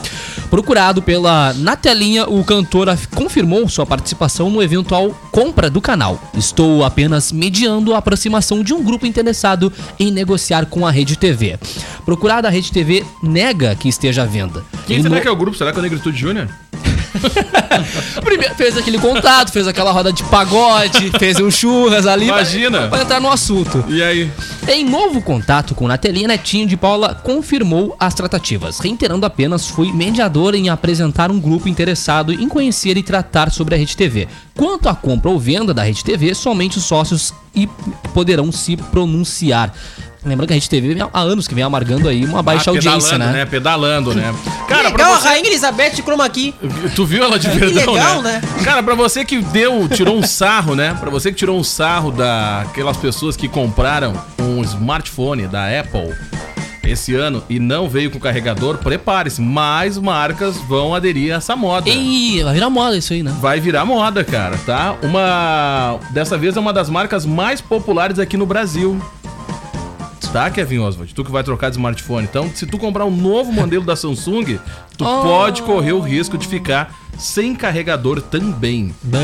Speaker 3: Procurado pela Na Telinha, o cantor af- confirmou sua participação no eventual compra do canal. Estou apenas mediando a aproximação de um grupo interessado em negociar com a Rede TV. Procurada a Rede TV nega que esteja à venda.
Speaker 2: Quem
Speaker 3: Ele
Speaker 2: será
Speaker 3: não-
Speaker 2: que tá? é o grupo? Será que é o Negritude Júnior?
Speaker 3: Primeiro, fez aquele contato, fez aquela roda de pagode, fez um churras ali. pra-
Speaker 2: Imagina.
Speaker 3: Pra entrar no assunto.
Speaker 2: E aí?
Speaker 3: Em novo contato com Natelia, Netinho de Paula confirmou as tratativas, reiterando apenas fui mediador em apresentar um grupo interessado em conhecer e tratar sobre a Rede TV. Quanto à compra ou venda da Rede TV, somente os sócios e poderão se pronunciar. Lembrando que a Rede TV há anos que vem amargando aí uma baixa
Speaker 2: Ah,
Speaker 3: audiência,
Speaker 2: pedalando,
Speaker 3: né?
Speaker 2: Pedalando, né?
Speaker 12: Cara, legal a Rainha Elizabeth Chroma Key.
Speaker 2: Tu viu ela de
Speaker 12: Que
Speaker 2: verdão,
Speaker 12: legal,
Speaker 2: né?
Speaker 12: né?
Speaker 2: Cara, pra você que deu, tirou um sarro, né? Pra você que tirou um sarro daquelas pessoas que compraram um smartphone da Apple esse ano e não veio com carregador, prepare-se, mais marcas vão aderir a essa moda.
Speaker 3: Ih, vai virar moda isso aí, né?
Speaker 2: Vai virar moda, cara, tá? Uma. Dessa vez é uma das marcas mais populares aqui no Brasil. Tá, Kevin Oswald? Tu que vai trocar de smartphone. Então, se tu comprar um novo modelo da Samsung, tu pode correr o risco de ficar sem carregador também.
Speaker 4: Bah,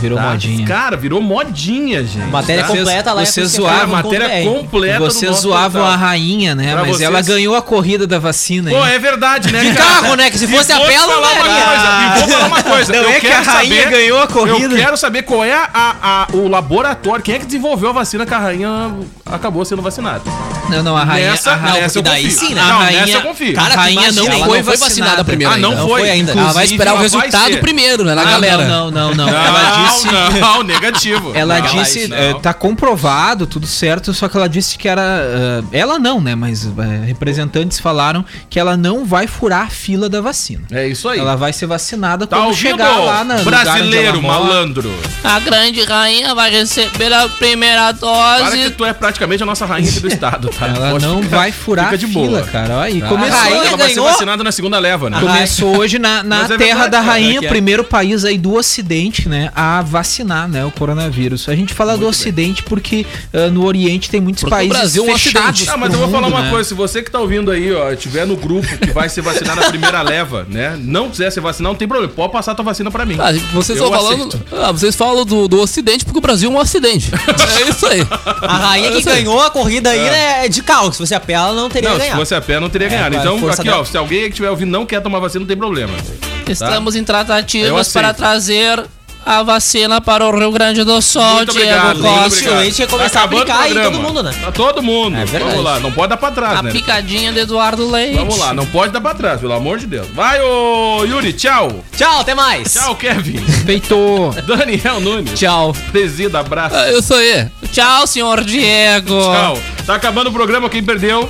Speaker 4: virou
Speaker 2: tá?
Speaker 4: modinha.
Speaker 2: Cara, virou modinha, gente.
Speaker 12: Matéria
Speaker 2: tá?
Speaker 12: completa lá.
Speaker 4: vocês
Speaker 12: FCK.com.br.
Speaker 4: zoavam,
Speaker 2: a matéria
Speaker 4: é.
Speaker 2: completa do
Speaker 4: Vocês
Speaker 2: nosso
Speaker 4: zoavam
Speaker 2: portal.
Speaker 4: a rainha, né?
Speaker 2: Pra
Speaker 4: Mas ela
Speaker 2: vocês.
Speaker 4: ganhou a corrida da vacina.
Speaker 2: Pô,
Speaker 4: hein?
Speaker 2: é verdade, né,
Speaker 12: De carro, né? Que se fosse a
Speaker 2: vou te
Speaker 12: Bela,
Speaker 2: falar
Speaker 12: não
Speaker 2: uma
Speaker 12: era.
Speaker 2: coisa, e vou falar uma coisa.
Speaker 4: Não
Speaker 2: eu
Speaker 4: é que
Speaker 2: quero
Speaker 4: a rainha
Speaker 2: saber,
Speaker 4: ganhou a corrida.
Speaker 2: Eu quero saber qual é a, a- o laboratório, quem é que desenvolveu a vacina que a rainha acabou sendo vacinada.
Speaker 4: Não, não, a rainha.
Speaker 2: é. Nessa-
Speaker 4: a rainha
Speaker 2: nessa eu
Speaker 3: daí
Speaker 2: confio.
Speaker 3: sim, né?
Speaker 2: Não,
Speaker 4: A
Speaker 2: nessa
Speaker 4: rainha-
Speaker 2: eu confio.
Speaker 4: Cara,
Speaker 3: A rainha
Speaker 4: imagina,
Speaker 3: não
Speaker 4: ela
Speaker 3: foi vacinada primeiro
Speaker 2: ah, não
Speaker 3: ainda.
Speaker 2: foi.
Speaker 12: foi ainda.
Speaker 3: Ela vai esperar
Speaker 2: Inclusive, ela
Speaker 3: o
Speaker 2: vai
Speaker 3: resultado
Speaker 2: ser.
Speaker 3: primeiro, né? Na
Speaker 4: Ah,
Speaker 3: galera.
Speaker 4: Não, não, não, não.
Speaker 2: Não,
Speaker 4: Ela disse.
Speaker 2: não, negativo.
Speaker 4: Ela
Speaker 2: Não,
Speaker 4: disse,
Speaker 2: isso
Speaker 4: eh,
Speaker 2: não.
Speaker 4: tá comprovado, tudo certo, só que ela disse que era. eh, ela não, né? Mas eh, representantes falaram que ela não vai furar a fila da vacina.
Speaker 2: É isso aí.
Speaker 4: Ela vai ser vacinada
Speaker 2: Tá
Speaker 4: quando
Speaker 2: ouvindo?
Speaker 4: chegar lá na. no lugar onde
Speaker 2: Brasileiro,
Speaker 4: ela mora.
Speaker 2: malandro.
Speaker 3: A grande rainha vai receber a primeira
Speaker 2: Para que
Speaker 3: dose.
Speaker 2: tu é praticamente a nossa rainha aqui do estado, tá?
Speaker 4: Ela
Speaker 2: Pode
Speaker 4: não
Speaker 2: ficar-
Speaker 4: vai furar
Speaker 2: fica
Speaker 4: a
Speaker 2: de
Speaker 4: fila,
Speaker 2: boa.
Speaker 4: cara. Olha aí,
Speaker 2: Tá?
Speaker 4: começou.
Speaker 12: A rainha
Speaker 2: Ela vai ser
Speaker 12: ganhou?
Speaker 2: vacinada na segunda leva, né?
Speaker 4: Começou hoje na, na
Speaker 2: Mas é
Speaker 4: terra
Speaker 2: verdade,
Speaker 4: da
Speaker 2: cara,
Speaker 4: rainha,
Speaker 2: que é.
Speaker 4: o primeiro país aí do Ocidente, né, a vacinar, né, o coronavírus. A gente fala do Ocidente porque ah, no Oriente tem muitos
Speaker 3: Porque o
Speaker 4: países
Speaker 3: Brasil é um
Speaker 4: fechados.
Speaker 3: ocidente.
Speaker 2: Ah, mas
Speaker 4: pro
Speaker 2: eu vou falar
Speaker 4: mundo,
Speaker 2: uma
Speaker 4: né?
Speaker 2: coisa, se você que tá ouvindo aí, ó, tiver no grupo que vai ser vacinar na primeira leva, né? Não quiser se vacinar, não tem problema, pode passar tua vacina pra mim.
Speaker 3: Ah, vocês
Speaker 2: Eu
Speaker 3: estão falando.
Speaker 2: aceito.
Speaker 3: Ah, vocês falam do, do Ocidente porque o Brasil é um Ocidente. É isso aí.
Speaker 12: A rainha que ganhou a corrida aí né, é de carro. que Se fosse a Bela, não teria
Speaker 2: Não, se
Speaker 12: ganhado.
Speaker 2: fosse a pé, não teria ganhado.
Speaker 12: claro,
Speaker 2: Então,
Speaker 12: força
Speaker 2: aqui,
Speaker 12: dela.
Speaker 2: ó, se alguém que estiver ouvindo não quer tomar vacina, não tem problema.
Speaker 3: Estamos em
Speaker 2: Tá? Eu
Speaker 3: tratativas
Speaker 2: aceito.
Speaker 3: para trazer a vacina para o Rio Grande do Sul,
Speaker 2: Muito obrigado,
Speaker 3: Diego
Speaker 2: muito
Speaker 3: Costa.
Speaker 2: obrigado. Tá
Speaker 12: A gente ia começar a
Speaker 2: Acabando
Speaker 12: aplicar
Speaker 2: o
Speaker 12: aí
Speaker 2: programa.
Speaker 12: todo mundo, né?
Speaker 2: Tá Todo mundo.
Speaker 12: verdade.
Speaker 2: Vamos lá, não pode dar pra trás,
Speaker 3: A
Speaker 2: né?
Speaker 3: picadinha de Eduardo Leite.
Speaker 2: Vamos lá, não pode dar pra trás, pelo amor de Deus. Vai, ô Yuri, tchau.
Speaker 12: Tchau, até mais.
Speaker 2: Tchau, Kevin.
Speaker 4: Peitou.
Speaker 2: Daniel Nunes.
Speaker 3: Tchau.
Speaker 2: Presida, abraço.
Speaker 3: Ah, Eu sou aí. Tchau, senhor Diego.
Speaker 2: Tchau. Tá acabando o programa, quem perdeu,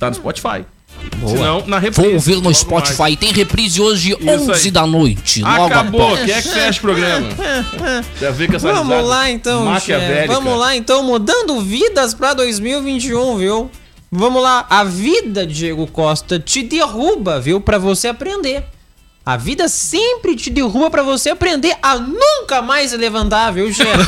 Speaker 2: tá no Spotify. Se não, na reprise.
Speaker 3: Vou ouvir no
Speaker 2: logo
Speaker 3: Spotify.
Speaker 2: mais.
Speaker 3: Tem reprise hoje,
Speaker 2: Isso aí.
Speaker 3: 11 da noite. Logo
Speaker 2: Acabou,
Speaker 3: após.
Speaker 2: quem é que fecha o programa? Já vê que essa risada
Speaker 12: Vamos lá então, chefe.
Speaker 2: maquiavélica.
Speaker 12: Vamos lá então, mudando vidas pra 2021, viu? Vamos lá, a vida, Diego Costa, te derruba, viu? Pra você aprender. A vida sempre te derruba pra você aprender a nunca mais se levantar, viu, chefe?